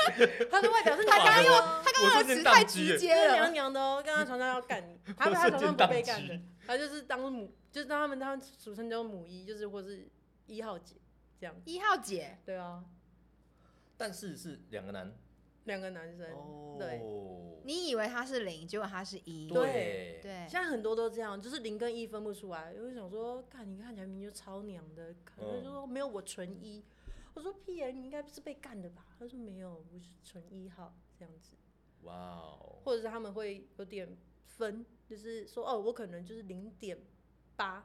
他的外表是他娘刚刚娘用的哦， [LAUGHS] 他刚刚的词太直接是了娘。娘的哦，跟他床上要干你，他我他瞬床间上不宕被干的机，他就是当母，就是当他们他们俗称叫母一，就是或是一号姐这样，一号姐，对啊，但是是两个男哦两个男生，对。你以为他是零，结果他是一。对对，现在很多都这样，就是零跟一分不出来。我就想说，看你看起来明明就超娘的，可能就说没有我纯一。我说屁啊耶、你应该不是被干的吧？他说没有，我是纯一号这样子。哇哦，或者是他们会有点 [LAUGHS] 分，就是说哦，我可能就是零点八，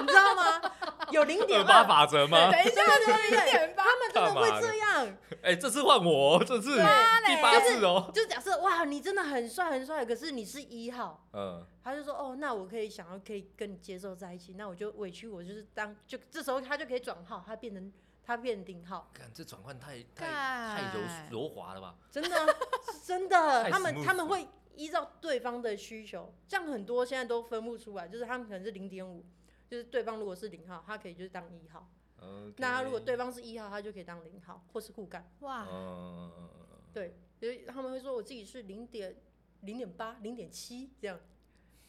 你知道吗？有零点二八二，法则吗？等一下，对对对，他们真的会这样， [LAUGHS] 哎、这次换我，这次啊第嘞八次哦。就假设哇，你真的很帅很帅，可是你是一号，嗯，他就说哦，那我可以想要可以跟你接受在一起，那我就委屈我就是当就这时候他就可以转号，他变成他变零号，看这转换太太太柔干柔滑了吧？真的啊、是真的，太他们 smooth 他了们会依照对方的需求，这样很多现在都分不出来，就是他们可能是零点五，就是对方如果是零号，他可以就是当一号，嗯，那他如果对，方是一号，他就可以当零号或是互干，哇，嗯，对，就是他们会说我自己是零点零点八、零点七这样，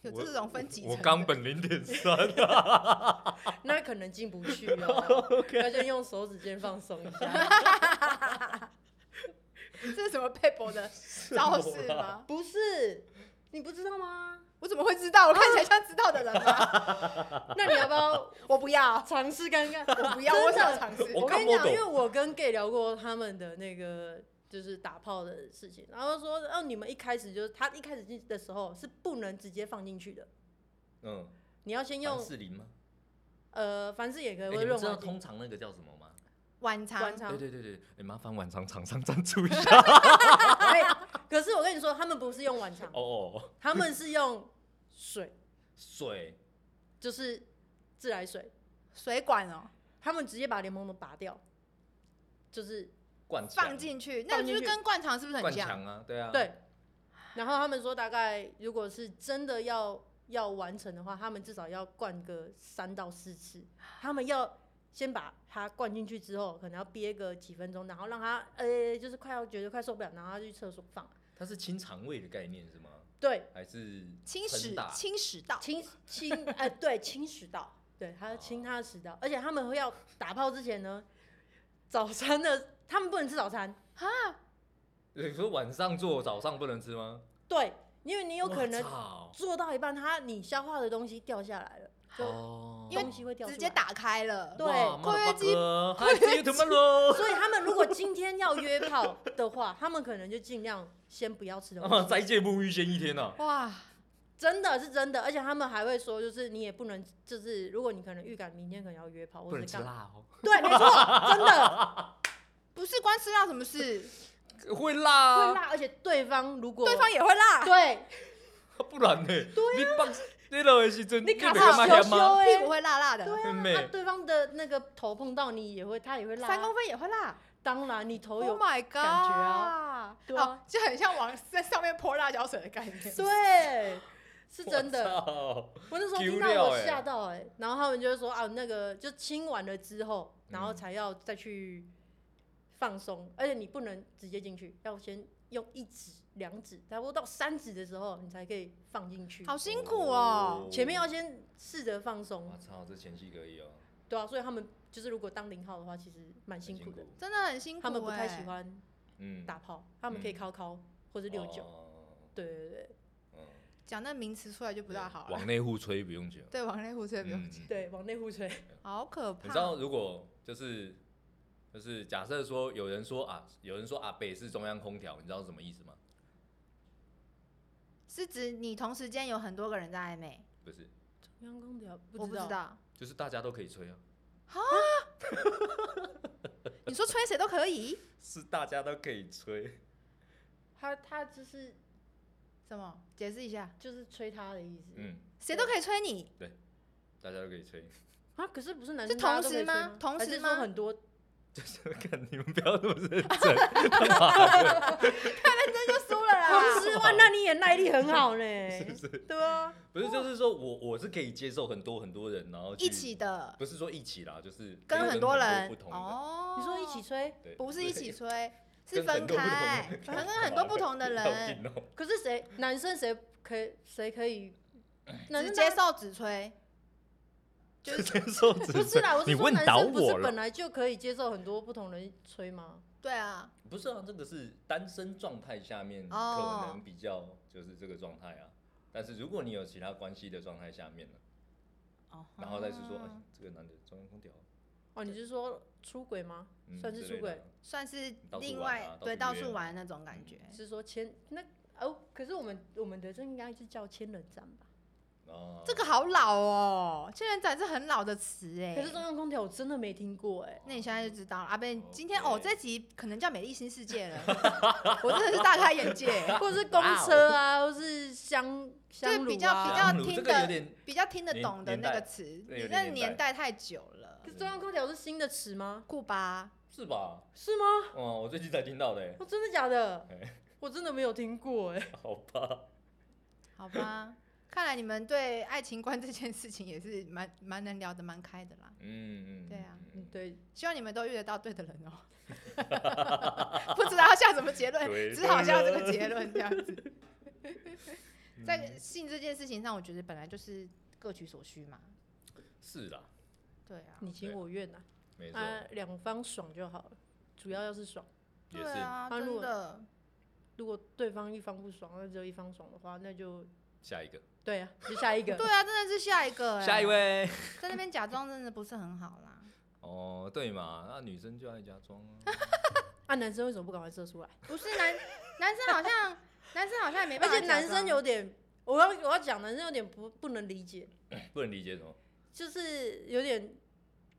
有这种分级我层冈的本零点三，那可能进不去哦，那就用手指尖放松一下。这是什么 paper [LAUGHS] 的招式吗？不是，你不知道吗？我怎么会知道？我看起来像知道的人吗？那你要不要我不要，尝试看看？我不要，真的我想尝试。我我看跟你讲， model 因为我跟 gay 聊过他们的那个就是打炮的事情，然后说，哦，你们一开始就是他一开始进的时候是不能直接放进去的，嗯，你要先凡用士林吗？呃凡士也可以，哎或你者 [LAUGHS] 润们知滑道剂通常那个叫什么吗？晚餐观对 [LAUGHS] 察。对对对，哎、麻烦晚场厂商赞助一 [LAUGHS] 下。哎可是我跟你说，他们不是用晚肠，哦，他们是用水，水就是自来水，水管哦，他们直接把联盟都拔掉，就是灌放墙，进去，那放就进是去跟灌肠是不是很灌像？墙啊，对啊，对，然后他们说，大概如果是真的要要完成的话，他们至少要灌个三到四次。他们要先把它灌进去之后，可能要憋个几分钟，然后让它呃，就是快要觉得快受不了，然后他去厕所放。它是清肠胃的概念是吗？对，还是侵喷蚀打侵蚀到，清清呃，对，清食道，对，他清他的食道，而且他们会要打炮之前呢，早餐的他们不能吃早餐，你说晚上做，早上不能吃吗？对，因为你有可能我操做到一半，它你消化的东西掉下来了，就哦，东西会掉出来，直接打开了。对哇括约肌，Hi see you [LAUGHS] tomorrow，所以他们如果今天要约炮的话，他们可能就尽量先不要吃东 [LAUGHS] 啊，西，斋戒沐浴先一天啊呢、哇，真的是真的。而且他们还会说，就是你也不能，就是如果你可能预感明天可能要约炮，或不者能是吃干嘛，辣哦，对，没 [LAUGHS] 错，真的不是关吃辣什么事？ [LAUGHS] 会辣、啊，会辣，而且对方如果对方也会辣，对啊不然呢？你放那个的时阵，啊你卡不上会羞干羞吗？欸屁股会辣辣的，对妹啊，啊对方的那个头碰到你也会，他也会辣三啊公。分也会辣。当然，你头 Oh 有 my god！觉啊对啊哦就很像往在上面泼辣椒水的概念。对，是真的。我操我那时候丢听到料我欸吓到哎、然后他们就会说啊，那个就清完了之后，然后嗯才要再去放松，而且你不能直接进去，要先用一指、两指，差不多到三指的时候，你才可以放进去。好辛苦哦。前面要先试着放松我，操，这前戏可以哦，对啊，所以他们就是如果当零号的话，其实蛮很辛苦的，真的很辛苦欸。他们不太喜欢嗯，打炮，他们可以嗯敲敲或是六九，哦对对对嗯讲那名词出来就不大好了往。内互吹不啊 [LAUGHS] 用讲，对，往内胡吹不用嗯讲，对，往内互吹，好可怕。哦你知道，如果就是就是假设说有人说啊，有人说啊，北是中央空调，你知道是什么意思吗？是指你同时间有很多个人在暧昧？不是，中央空调我不知。道。就是大家都可以吹啊，呃你说吹谁都可以？ [LAUGHS] 是大家都可以吹，他他就是什么？解释一下，就是吹他的意思，嗯，谁都可以吹你？大家都可以 [LAUGHS] 吹。啊，可是不是男是生大家同都时可以吹吗同还时是说吗很多就是看你们不要那么认真，就输了同啦。时哇，那你也耐力 [LAUGHS] 很好呢，哎是不是？对啊，不是，就是说我我是可以接受很多很多人，然后去一起，的，不是说一起啦，就是跟很多人不同的，哦。你说一起吹，对，不是一 [LAUGHS] 起对，吹，是跟分很多不同的开，人可能很多不同的要人硬哦可是谁男生谁可以谁可以？男只生接大受只吹，直接说直不是啦，我你是说问男倒生不我是本了，来就可以接受很多不同人吹吗？对啊，不是啊，这个是单身状态下面哦可能比较就是这个状态啊，但是如果你有其他关系的状态下面呢，哦然后再是说，哎，这个男的中央空调，哦，你是说出轨吗？嗯算是之类出轨的啊，算是到处另玩外啊对到到处约处玩那种感觉，是说牵那哦？可是我们我们的这应该是叫千人斩吧？哦，这个好老哦，仙人掌是很老的词哎。可是中央空调我真的没听过哎、那你现在就知道了，阿贝， OK 今天哦这集可能叫美丽新世界了，我真的是大开眼界，或者是公车啊，或是香就香是炉啊，哦比较比较香炉听嗯这个有得点比较听得年懂的年那个代词，那你有点那年年代代太久了可，是中央空调是新的词吗？酷吧？是吧？是吗？哦，我最近才听到的欸，哦，真的假的哎？我真的没有听过哎、好 [LAUGHS] 吧？好吧，看来你们对爱情观这件事情也是蛮蛮能聊得蛮开的啦。嗯嗯，对啊 [LAUGHS] 嗯嗯，对，希望你们都遇得到对的人哦。 [LAUGHS] 不知道要下什么结论，对只好下这个的结论这样子。嗯在性这件事情上，我觉得本来就是各取所需嘛。是啦，对啊，你情我愿呐、没错，啊，两、方爽就好了，主要要是爽。也对是，啊，他如真果的。如果对方一方不爽，那只有一方爽的话，那就下一个，对啊，就下一个。对啊，真的是下一个、欸，下一，位。在那边假装真的不是很好啦。哦，对嘛，那女生就爱假装啊。啊，男生为什么不赶快射出来？不是男男生好像男生好像也没而办法，且男啊生有点，我要我要讲，男生有点不不能理解，不能理解什么？就是有点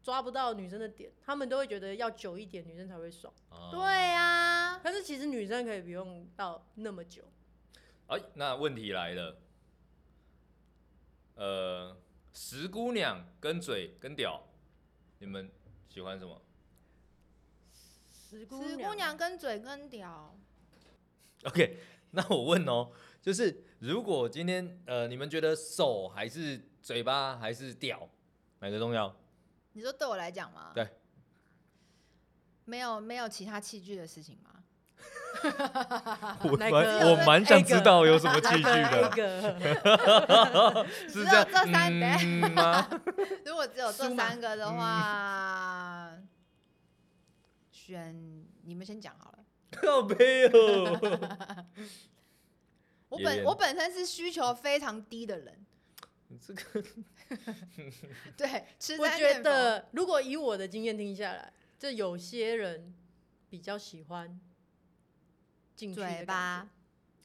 抓不到女生的点，他们都会觉得要久一点，女生才会爽。啊对啊，但是其实女生可以不用到那么久，哎，那问题来了，呃，石姑娘跟嘴跟屌，你们喜欢什么？十姑石姑娘跟嘴跟屌， OK，那 [LAUGHS] 我问哦，就是如果今天呃，你们觉得手还是嘴巴还是屌，哪个重要？你说对我来讲吗？对，没有没有其他器具的事情吗？我哪蛮个我蛮想知道有什么器具那的，个是只这有样这三嗯吗？ [LAUGHS] [LAUGHS] 如果只有这输吗三个的话，嗯选你们先讲好了。靠背哦， [LAUGHS] 我妍本妍我本身是需求非常低的人，这个 [LAUGHS] 对，吃我斋觉念佛得如果以我的经验听下来，就有些人比较喜欢进去的嘴感巴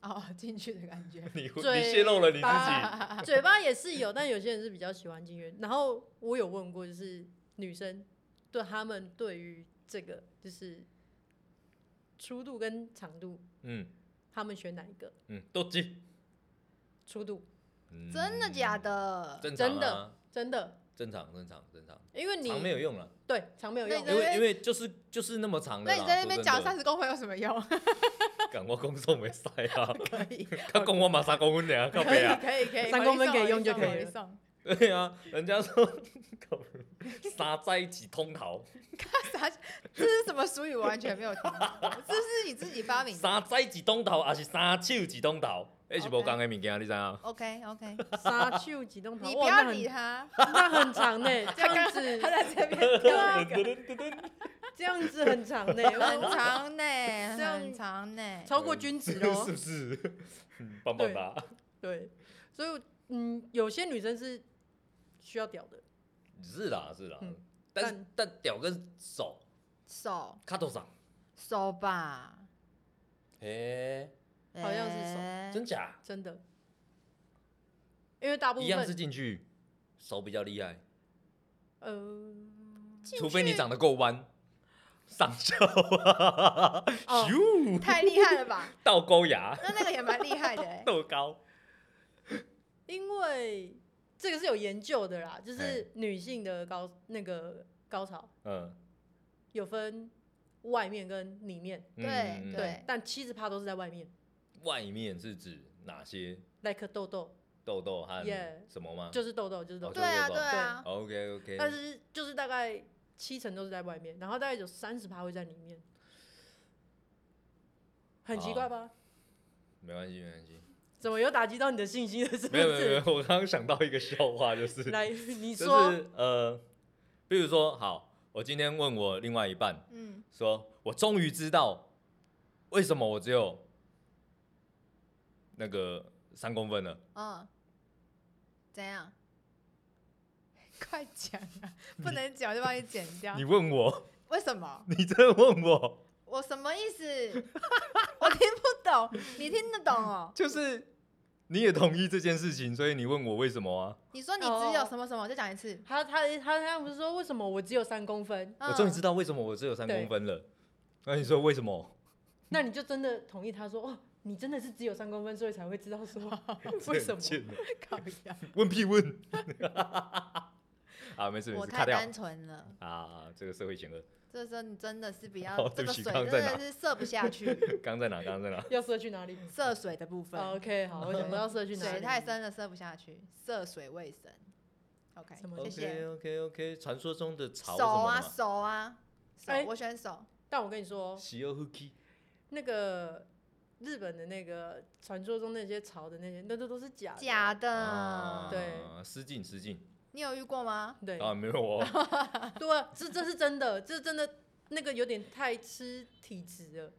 哦进去的感觉，你嘴你泄露了你自己。巴，啊嘴巴也是有，但有些人是比较喜欢进去。然后我有问过，就是女生对他们对于这个就是粗度跟长度，嗯他们选哪一个？嗯，都记。粗度嗯嗯真的假的？正常、啊、真的真的，正常正常正常，因为你长没有用了，对长没有那用你因在，为因为就是就是那么长的那啦。你在那边讲三十，十公分有什么用？ [LAUGHS] 赶我公送没塞 [LAUGHS] 啊，可以他跟我马上公分俩靠背啊，可以可以 [LAUGHS] 三公分可以用就可以了。对啊，人家说 [LAUGHS] 靠背撒在一起通逃，啥？这是什么俗语？我完全没有听过。 [LAUGHS] 这是你自己发明的撒在一起通逃，还是撒手几通逃，那是 OK 无讲的物件，你知道？ ？OK OK，沙丘几栋塔，你哇不那要很理他。 [LAUGHS] 那很长呢、这样子他在这边对啊跳一个， [LAUGHS] 这样子 [LAUGHS] 很长呢、很我哦长呢， [LAUGHS] 样很长呢。超过均 [LAUGHS] 值是哦。不是？嗯棒棒哒，对，所以我嗯，有些女生是需要屌的，是啦是啦嗯，但是但屌跟手手卡头上，手吧，哎，好像是手欸真假？真的，因为大部一样是分进去，手比较厉害。 [LAUGHS] 呃，除非你长得够弯，上翘啊，哦咻，太厉害了吧？倒钩牙，那那个也蛮厉害的 [LAUGHS] 欸。豆高，因为这个是有研究的啦，就哎是女性的高那个高潮嗯，有分外面跟里面，嗯对对，但七十趴都是在外面外面是指哪些，like 痘痘痘痘和 Yeah 什么吗？就是痘痘就是痘哦痘就对，啊对啊， OK OK，但是就是大概七成都是在外面，然后大概有三十趴会在里面，很奇怪吧？没关系没关系，怎么有打击到你的信心了？是不没有没有没是？有，我刚刚想到一个笑话，就是来， [LAUGHS] 你就说，是呃，比如说好，我今天问我另外一半，嗯，说我终于知道为什么我只有那个三公分了。哦，怎样？ [LAUGHS] 快讲啊！不能讲就帮你剪掉你。问我， [LAUGHS] 为什么？你在问我，我 [LAUGHS] [LAUGHS] 什么意思？我听不懂，你听得懂哦？就是你也同意这件事情，所以你问我为什么啊？你说你只有哦什么什么，再讲一次。嗯他他他他不是说为什么我只有三公分？我终于知道，道为什么我只有三对公分了。那你说为什么？那你就真的同意他说哦，你真的是只有三公分，所以才会 [LAUGHS] 知道说为什这么很贱欸搞呀？问屁问。 [LAUGHS] 啊，没事没我事，太卡掉单纯了。啊！这个社会险恶， [LAUGHS] 这时候你真的是比较好这哦对个不起水刚真刚在的哪是射不下 [LAUGHS] 去，刚在哪？刚在哪？要射去哪里、涉水的部分，哦 o k 好，我想说要射去哪里？水太深了射不下去，涉水未深。OK，什么谢谢。 OK OK，传说中的潮手啊什么啊手啊手哎，我选手。但我跟你说的，，喜恶 hooky 那个日本的那个传说中那些潮的那些，那都都是假的假的，啊，对，失敬失敬你有遇过吗？对、啊，没有哦， [LAUGHS] 对啊，这这是真的，这真的那个有点太吃体质了。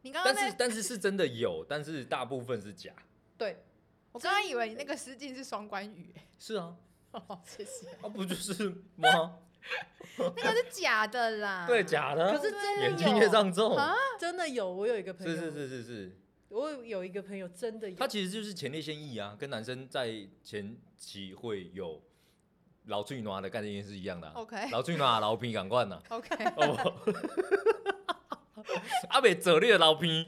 你刚刚但那是，但是是真的有，但是大部分是假。对，我刚刚以为你那个失禁是双关 [LAUGHS] 语，是啊，哦谢谢。啊不就是吗？那个是假的啦，对，假的可啊，哦是真的眼有睛越上重，啊真的有，我有一个朋友，是是是是是，我有一个朋友真的有，它其实就是前列腺液啊，跟男生在前期会有老最暖的概念是一样的、啊。 OK 老最暖老皮赶快呐， OK，哦，阿北折裂老皮，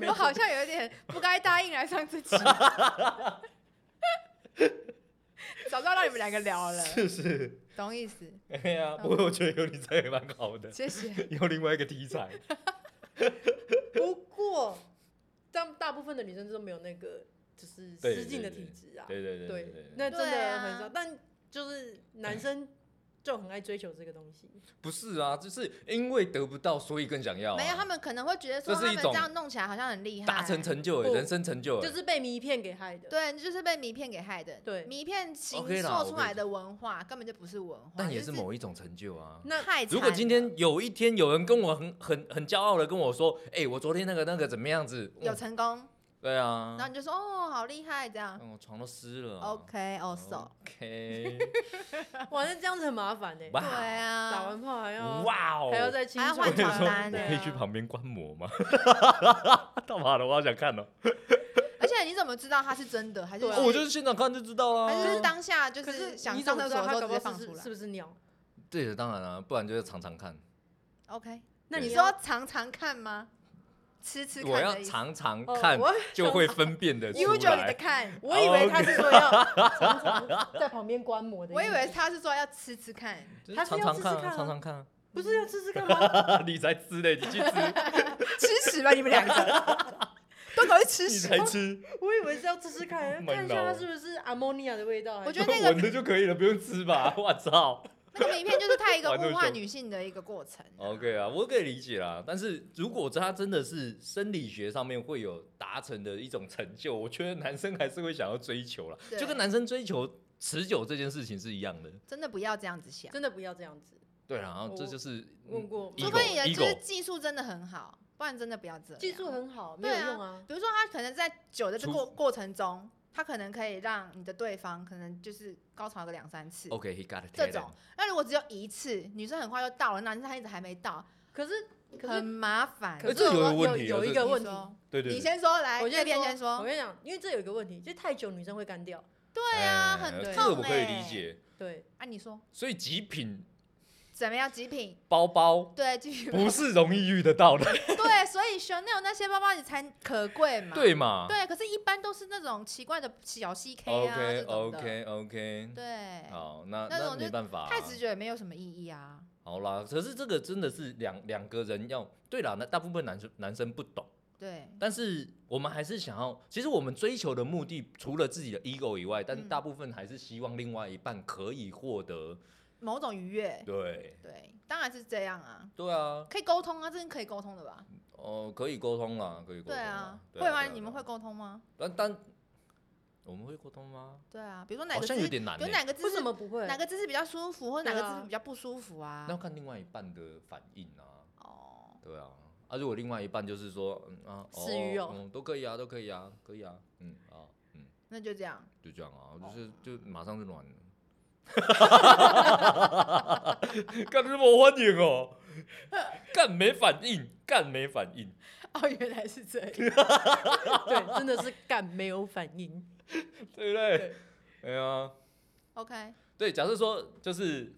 [LAUGHS] 我好像有点不该答应来上这 [LAUGHS] 集，早知道让你们两个聊了，是不是？懂意思？哎呀，不过我觉得有你在也蛮好的，谢 [LAUGHS] 谢。有另外一个题材。不过但大部分的女生都没有那个就是对失禁的对体质啊，对对对对对，那真对的啊很少，但就是男生就很爱追求这个东西，不是啊，就是因为得不到，所以更想要啊、没有，他们可能会觉得说这他是一们这种样弄起来好像很厉害，达成成就、欸，不人生成就、欸，就是被迷骗给害的。对，就是被迷片给害的。对迷片形 OK 啦塑我出跟你来的文化根本就不是文化，但也哦就是某一种成就啊。那太惨如了。果今天有一天有人跟我很很很骄傲的跟我说，哎、我昨天那个那个怎么样子？有嗯成功，对啊然后，你就说哦，好厉害这样。嗯，我床都湿了啊。 OK，哦手， OK， [LAUGHS] 啊哇，那这样子很麻烦呢、欸哇对 [LAUGHS] 打啊，完炮还要哇哦，还要再清还要楚换床单对啊可以去旁边观摩 [LAUGHS] 吗？ [LAUGHS] 到马了，我好想看哦。而且你怎么知道它是真的还是对啊哦我就是嗯现场看就知道啦。还是就是当下就可是是想你上怎厕么知所的时候道他搞直不接好放是出是来是不是鸟？对的，当然啊，不然就是常常看。 ？OK，那你你说要常常看吗？吃吃看我的要意思，常常哦看我就会分辨的出你会觉得你的来。看，我以为他是说要哦常常在旁边观摩的意我思，以为他是说要吃吃看，就是他是常要常试试看看啊，啊常常看啊。不是要试试看吗？ [LAUGHS] 你才吃嘞，你 [LAUGHS] 去吃，吃屎吧你们两个， [LAUGHS] 都搞去吃你屎。才吃， [LAUGHS] 我以为是要试试看，蛮看一下它老是不是 ammonia 的味道。还我是觉得那个 [LAUGHS] 闻着就可以了，不用 [LAUGHS] 吃吧？我操！那个名片就是太一个玩那么物化凶女性的一个过程啊、 OK 啊，我可以理解啦。但是如果他真的是生理学上面会有达成的一种成就，我觉得男生还是会想要追求啦，对就跟男生追求持久这件事情是一样的。真的不要这样子想。真的不要这样子。对啦，然后我这就是问过嗯除除非你的就是，ego，ego 技术真的很好，不然真的不要这样。技术，很好，没对有啊用啊。比如说他可能在酒的这除过过程中，他可能可以让你的对方可能就是高潮个两三次。 OK，he got it。这种，那如果只有一次，女生很快就到了，男生他一直还没到，可是可很是麻烦。可可哎是这有我个问题啊有这一个你问题，说对对你对，先说来，我这先边先我说。跟你讲，因为这有一个问题，就太久女生会干掉。对啊，哎很痛、这欸。个我可以理。解。对，啊，你说所以极品怎么样？极品？[LAUGHS] 包包对，继续。不是容易遇得到的，对，所以 Chanel 那些包包你才可贵嘛。对嘛？对，可是，一般都是那种奇怪的小 CK 啊这 OK 种的 OK OK，对，好，那那那种就没办法啊，太直觉也没有什么意义啊。好啦，可是这个真的是两两个人要对啦，那大部分男生男生不懂，对，但是我们还是想要，其实我们追求的目的除了自己的 ego 以外，但是嗯大部分还是希望另外一半可以获得，某种愉悦，对对，当然是这样啊，对啊，可以沟通啊，这是可以沟通的吧？哦、可以沟通啦，可以沟对通啊啦，，会对吗？啊你们会？对啊沟通吗？但但我们会沟通吗？对啊，比如说哪好个姿像有点难、有欸，哪个姿为势什么不会？ [LAUGHS] 哪个姿势比较舒服，或者哪对个啊姿势比较不舒服啊那？要看另外一半的反应啊，哦，对啊。啊，如果另外一半就是说，嗯啊，哦死鱼哦嗯，都可以啊，都可以啊，可以啊，嗯啊，嗯，那就这样。就这样啊，哦就是就马 [LAUGHS] 上就暖了。干什么欢迎哦？干没反应，干没反应。哦，原来是 [LAUGHS] 这样。对，真的是干没有反应。对不对？哎呀， OK，对，假设说就是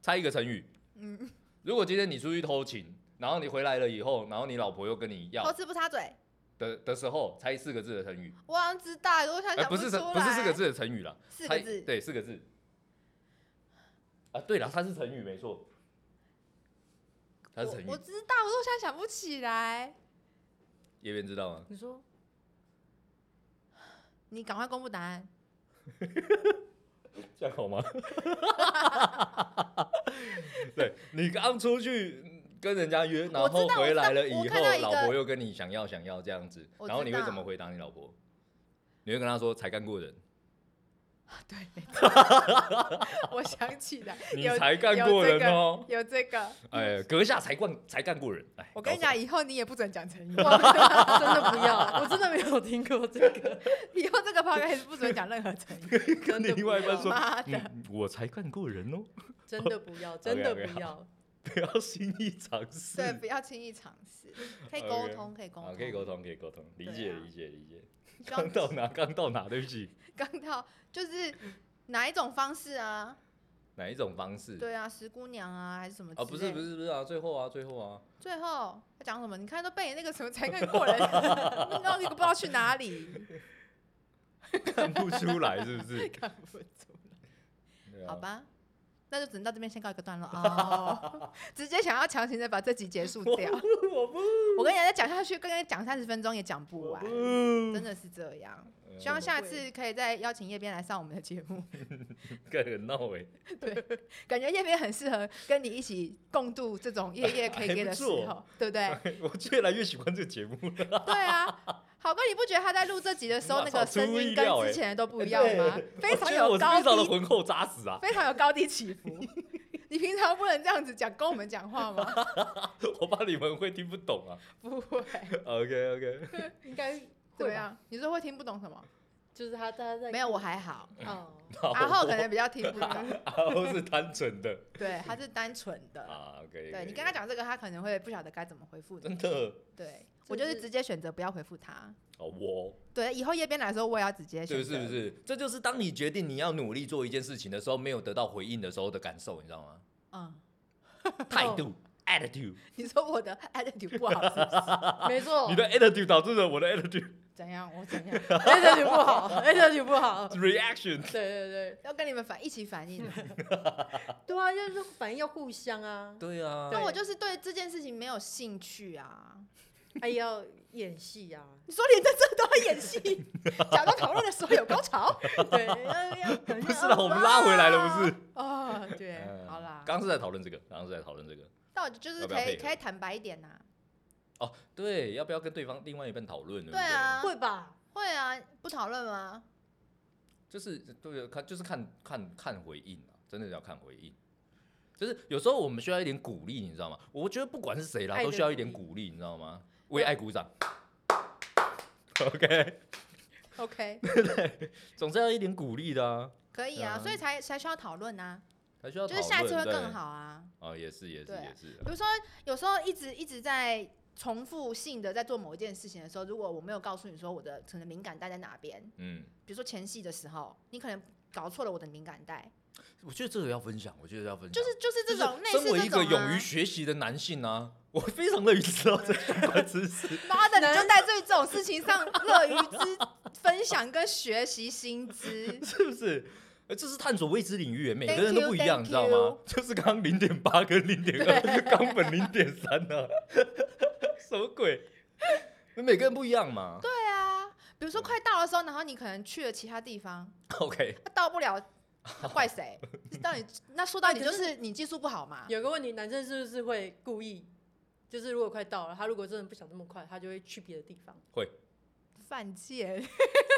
猜一个成语，嗯，如果今天你出去偷情，然后你回来了以后，然后你老婆又跟你要偷吃不插嘴，的的时候，猜四个字的成语，我好像知道，我想哎、想不出是来。成不是四个，字的成语啦，四猜个字，对，四个字。啊，对了，它是成语没错，它是成语我，我，知道，我现在想不起来。叶边知道吗？你说你赶快公布答案。这样好 [LAUGHS] 吗？对你刚出去跟人家约，然我知道后回来了以我后看到，一个老婆又跟你想要想要这样子，我知道然后你会怎么回答你老婆？你会跟她说才干过人，对，没错我想起来，你 [LAUGHS] 有才干过人哦，有这个。哎，阁下才干才干过人，哎，我跟你搞讲，以后你也不准讲成语， [LAUGHS] 真的不要，我真的没有听过这个。以后这个 podcast 不准讲任何成 [LAUGHS] 语。什么，跟你另外一半说，妈的，嗯，我才干过人哦， [LAUGHS] 真的不要，真的不要。不要轻易尝试，对，不要轻易尝试，可以沟 OK 通，可以沟啊，通，可以沟。通，可以沟通，理解对啊理解理解。希刚望到哪？刚到哪？对不起，刚到就是哪一种方式啊？哪一种方式？对啊，石姑娘啊，还是什么？啊，不是不。是不是啊，最后啊最后啊，最后他讲什么？你看都被你那个什么才干过 [LAUGHS] 人，弄到一个不知道去哪里，看不出来是不 [LAUGHS] 是？看不出。对啊好，吧，那就只能到这边先告一个段落 [LAUGHS] 哦。直接想要强行的把这集结束掉，我不我跟你讲，再讲下去，刚刚讲三十分钟也讲不完，真真的是这样。的希望像下次可以再邀请叶边来上我们的节目， [LAUGHS] 个很闹哎，感觉叶边很适合跟你一起共度这种夜夜 K K 的时还候，对不对？ [LAUGHS] 我越来越喜欢这个节目了。对啊，好哥，你不觉得他在录这集的时 [LAUGHS] 候哇那个超声出音意料跟欸之前的都不一样吗 [LAUGHS] [LAUGHS] 对？非我常觉得有我是非常高的低，浑厚扎实啊！非常有高低起伏。 [LAUGHS] 你平常不能这样子讲，跟我们讲话 [LAUGHS] 吗？我怕你们会听不懂啊。 [LAUGHS] 不会， OK OK，应该怎么会吧？样？啊你说会听不懂什么？ [LAUGHS] 就是他他在没有，我还好。嗯哦， [LAUGHS] 阿浩可能比较听不懂， [LAUGHS] 阿后是单纯的对，他是单纯的。啊。OK，对你跟他，讲这个，他可能会不晓得该怎么回复你。真的 [LAUGHS] 对是我就是直接选择不要回复他。哦，我对，以后夜边来的时候，我也要直接选对择。是不是？这就是当你决定你要努力做一件事情的时候，没有得到回应的时候的感受，你知道 [LAUGHS] 吗？嗯，态哦度 attitude，你说我的 attitude 不好是不是？哦没哦 [LAUGHS] 错你，的 attitude 导致了我的 attitude 怎样？我怎样？哎，这就不好，哎，这就 [LAUGHS] 不好。 [LAUGHS] reaction。对对对，要跟你们反一起反 [LAUGHS] 应。对啊，就是反正要互相啊，对啊，那我就是对这件事情没有兴趣啊。哎，要演戏 [LAUGHS] 啊，你说连在这都要演戏，假装讨论的时候有高潮？对，要要 [LAUGHS] [LAUGHS] 不是啦，我们拉回来了，不是？哦，对嗯，好啦。刚刚是在讨论这个，刚刚是在讨论这个。但我就是要不可要以配合可以坦白一点呐。哦，对，要不要跟对方另外一半讨论？对不对啊，会吧？会啊，不讨论吗？对，就是对，看就是看看看回应啊，真的要看回应。就是有时候我们需要一点鼓励，你知道吗？我觉得不管是谁啦，爱的都需要一点鼓鼓励，你知道吗？为爱鼓掌。OK， OK，总是要一点鼓励的啊，可以对啊，啊所以才才需要讨论啊，才需要就讨是论。下一次会对更好啊。哦，也是也是对啊也是比，如说，有时候一直一直在重复性的在做某一件事情的时候，如果我没有告诉你说我的可能敏感带在哪边，嗯，比如说前戏的时候，你可能搞错了我的敏感带，我觉得这个要分享，我觉得要分享，就是就是这种类似身为这一个种勇啊嗯于。学习的男性啊，我非常乐于知道这相关知识。妈的，你就在这这种事情上乐于知分享跟学习新 [LAUGHS] 知，是不是？呃，这是探索未知领域耶，每 Thank 个人都 you, 不一样， thank 你知道吗？就是刚刚零点八跟零点二，冈本零点三呢，什么鬼？每个人不一样嘛。对啊。比如说快到的时候，然后你可能去了其他地方， OK，啊、到不 [LAUGHS] 了，那怪谁？到底那说到底哎就是你技术不好嘛？有个问题，男生是不是会故意？就是如果快到了，他如果真的不想那么快，他就会去别的地方， [LAUGHS] 犯贱，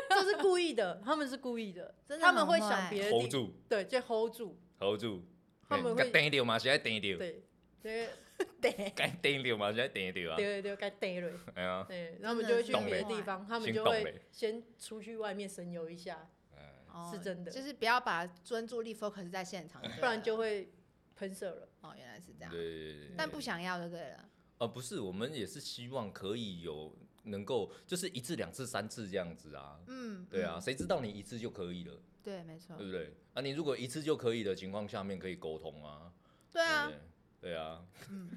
这是故意的，他们是故意的，真的他们会很想坏别的 hold 地，住对，就 hold 住， ，hold 住，他们该会盯掉嘛，现在盯掉，对，对 [LAUGHS] 对，该盯掉嘛，现在盯掉啊，对对，该 [LAUGHS] 逮了，哎呀，对，然后他们就会去懂别的嘞地方，他们心就动会嘞先出去外面神游一下，哎哦是真的就是不要把专注力 focus 在现场，不然对了啊就会喷射了。哦，原来是这对样，对对对。但不想要就对了。呃，不是，我们也是希望可以有能够就是一次、两次、三次这样子啊。嗯，对啊，嗯，谁知道你一次就可以了，对，没错对，不对？啊，你如果一次就可以的情况下面可以沟通啊。对啊对，不对对啊，嗯，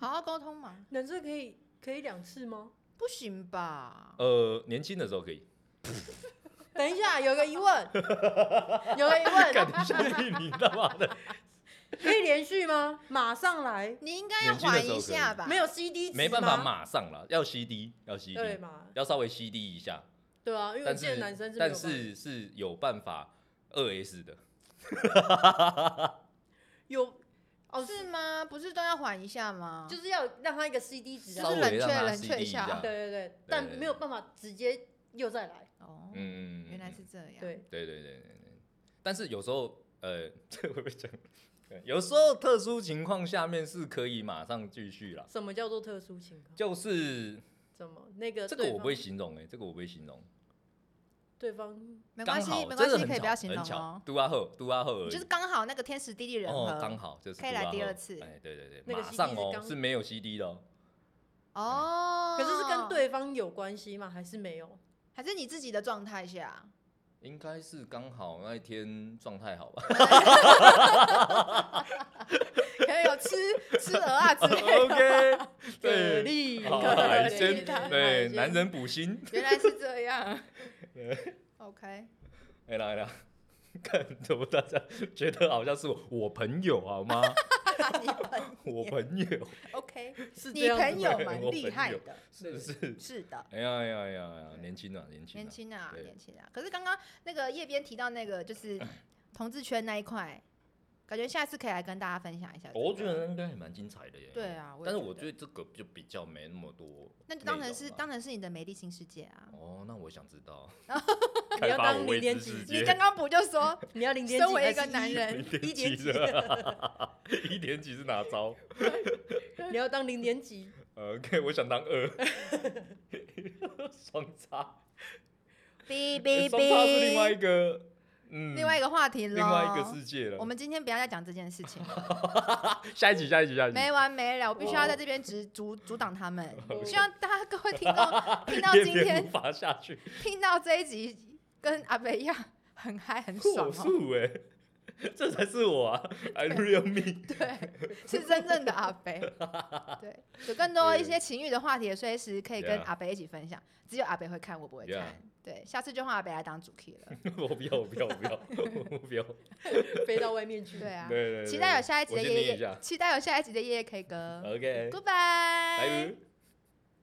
好好沟通嘛，男生可以可以两次吗？不行吧？呃，年轻的时候可以， [LAUGHS] [LAUGHS] 等一下，有个疑问，有个疑干问，你兄弟，你他妈的，可以连续吗？ [LAUGHS] 马上来，你应该要缓一下吧？没，有 CD 没值办法吗，马上啦，要 CD，要 CD，对嘛？要稍微 CD 一下，对啊，因为我但见是男生是没有但办法是是有办法二 S 的，有哦，是是吗？不是都要缓一下吗？就是要让他一个 CD 值啊，稍是冷微让却他冷 CD 却一一下下，对对对，但对没有办法直接又再来，哦，嗯，原来是这样。，对，啊对对对对对，但是有时候，呃，这会不会讲？ [LAUGHS] 对有时候特殊情况下面是可以马上继续啦，什么叫做特殊情况？就是怎么那个这个对我方不会形容哎、这个我不会形容，对方没关刚系，好没真关的系，很可以巧不要形容很巧啊哦，，杜阿赫，杜阿赫而你已，就是刚好那个天时地利人哦，刚和。好就是可以来杜阿第赫二次哎，对对对，那个马 CD 上是哦刚是没有 CD 的、哦，哦，可是是跟，对方有关系吗？还是没有？还是你自己的状态下？应该是刚好那一天状态好 [LAUGHS] 吧可能有吃吃鹅啊之类的。 [LAUGHS] ？OK，蛤对，蜊，好蛤蜊海对鲜，对对，男人补锌，原来是这样。OK， [LAUGHS] 哎啦哎啦，看怎么大家觉得好像是我我朋友好吗？ [LAUGHS] 你朋 [LAUGHS] 我朋 [LAUGHS] 友 OK，是你这样子朋友吗，蛮厉害的，是不是？是的。哎呀哎呀哎呀哎呀，年轻啊年轻啊，年轻啊，对年轻啊！可是刚刚那个叶边提到那个就是 [LAUGHS] 同志圈那一块，感觉下次可以来跟大家分享一下这个、我觉得应该也蛮精彩的耶。啊对啊我也但是觉我得觉得这个就比较没那么多。那就当然是当然是你的美丽新世界啊！哦，那我想知道开发我你要当未零点知几你世界。刚刚不就 [LAUGHS] 说你要零点几？身 [LAUGHS] 为一个男，人，一点几？ [LAUGHS] 一点几是哪招你要当零点几？呃？OK，我想当二， [LAUGHS] 双叉，哔 [LAUGHS] 诶哔双叉是另外哔，一个，嗯，另外一个话题咯。另外一个世界了。我们今天不要再讲这件事情 [LAUGHS] 了，下一集，下一集，下一集。没完没了，我必须要在这边阻阻阻挡他 [LAUGHS] 们。希望大家各位听到听到也今 [LAUGHS] 别天无法下去，听到这一集，跟阿北一样很嗨很 [LAUGHS] 爽火哦。速哎， [LAUGHS] 这才是我 [LAUGHS] 啊，I real me。对，是真正的阿 [LAUGHS] 北。对，有更多一些情欲的话题，随时可以跟 Yeah 阿北一起分享。只有阿北会看，我不会看。 Yeah 对，下次就换阿北来当主 key [LAUGHS] 了。我不要，我不要，我不要，我 [LAUGHS] 不要。飞到外面去。对啊，对对对，期待有下一集我的先夜念一夜下，呃期待有下一集的夜夜 K 歌。 OK， Goodbye，拜。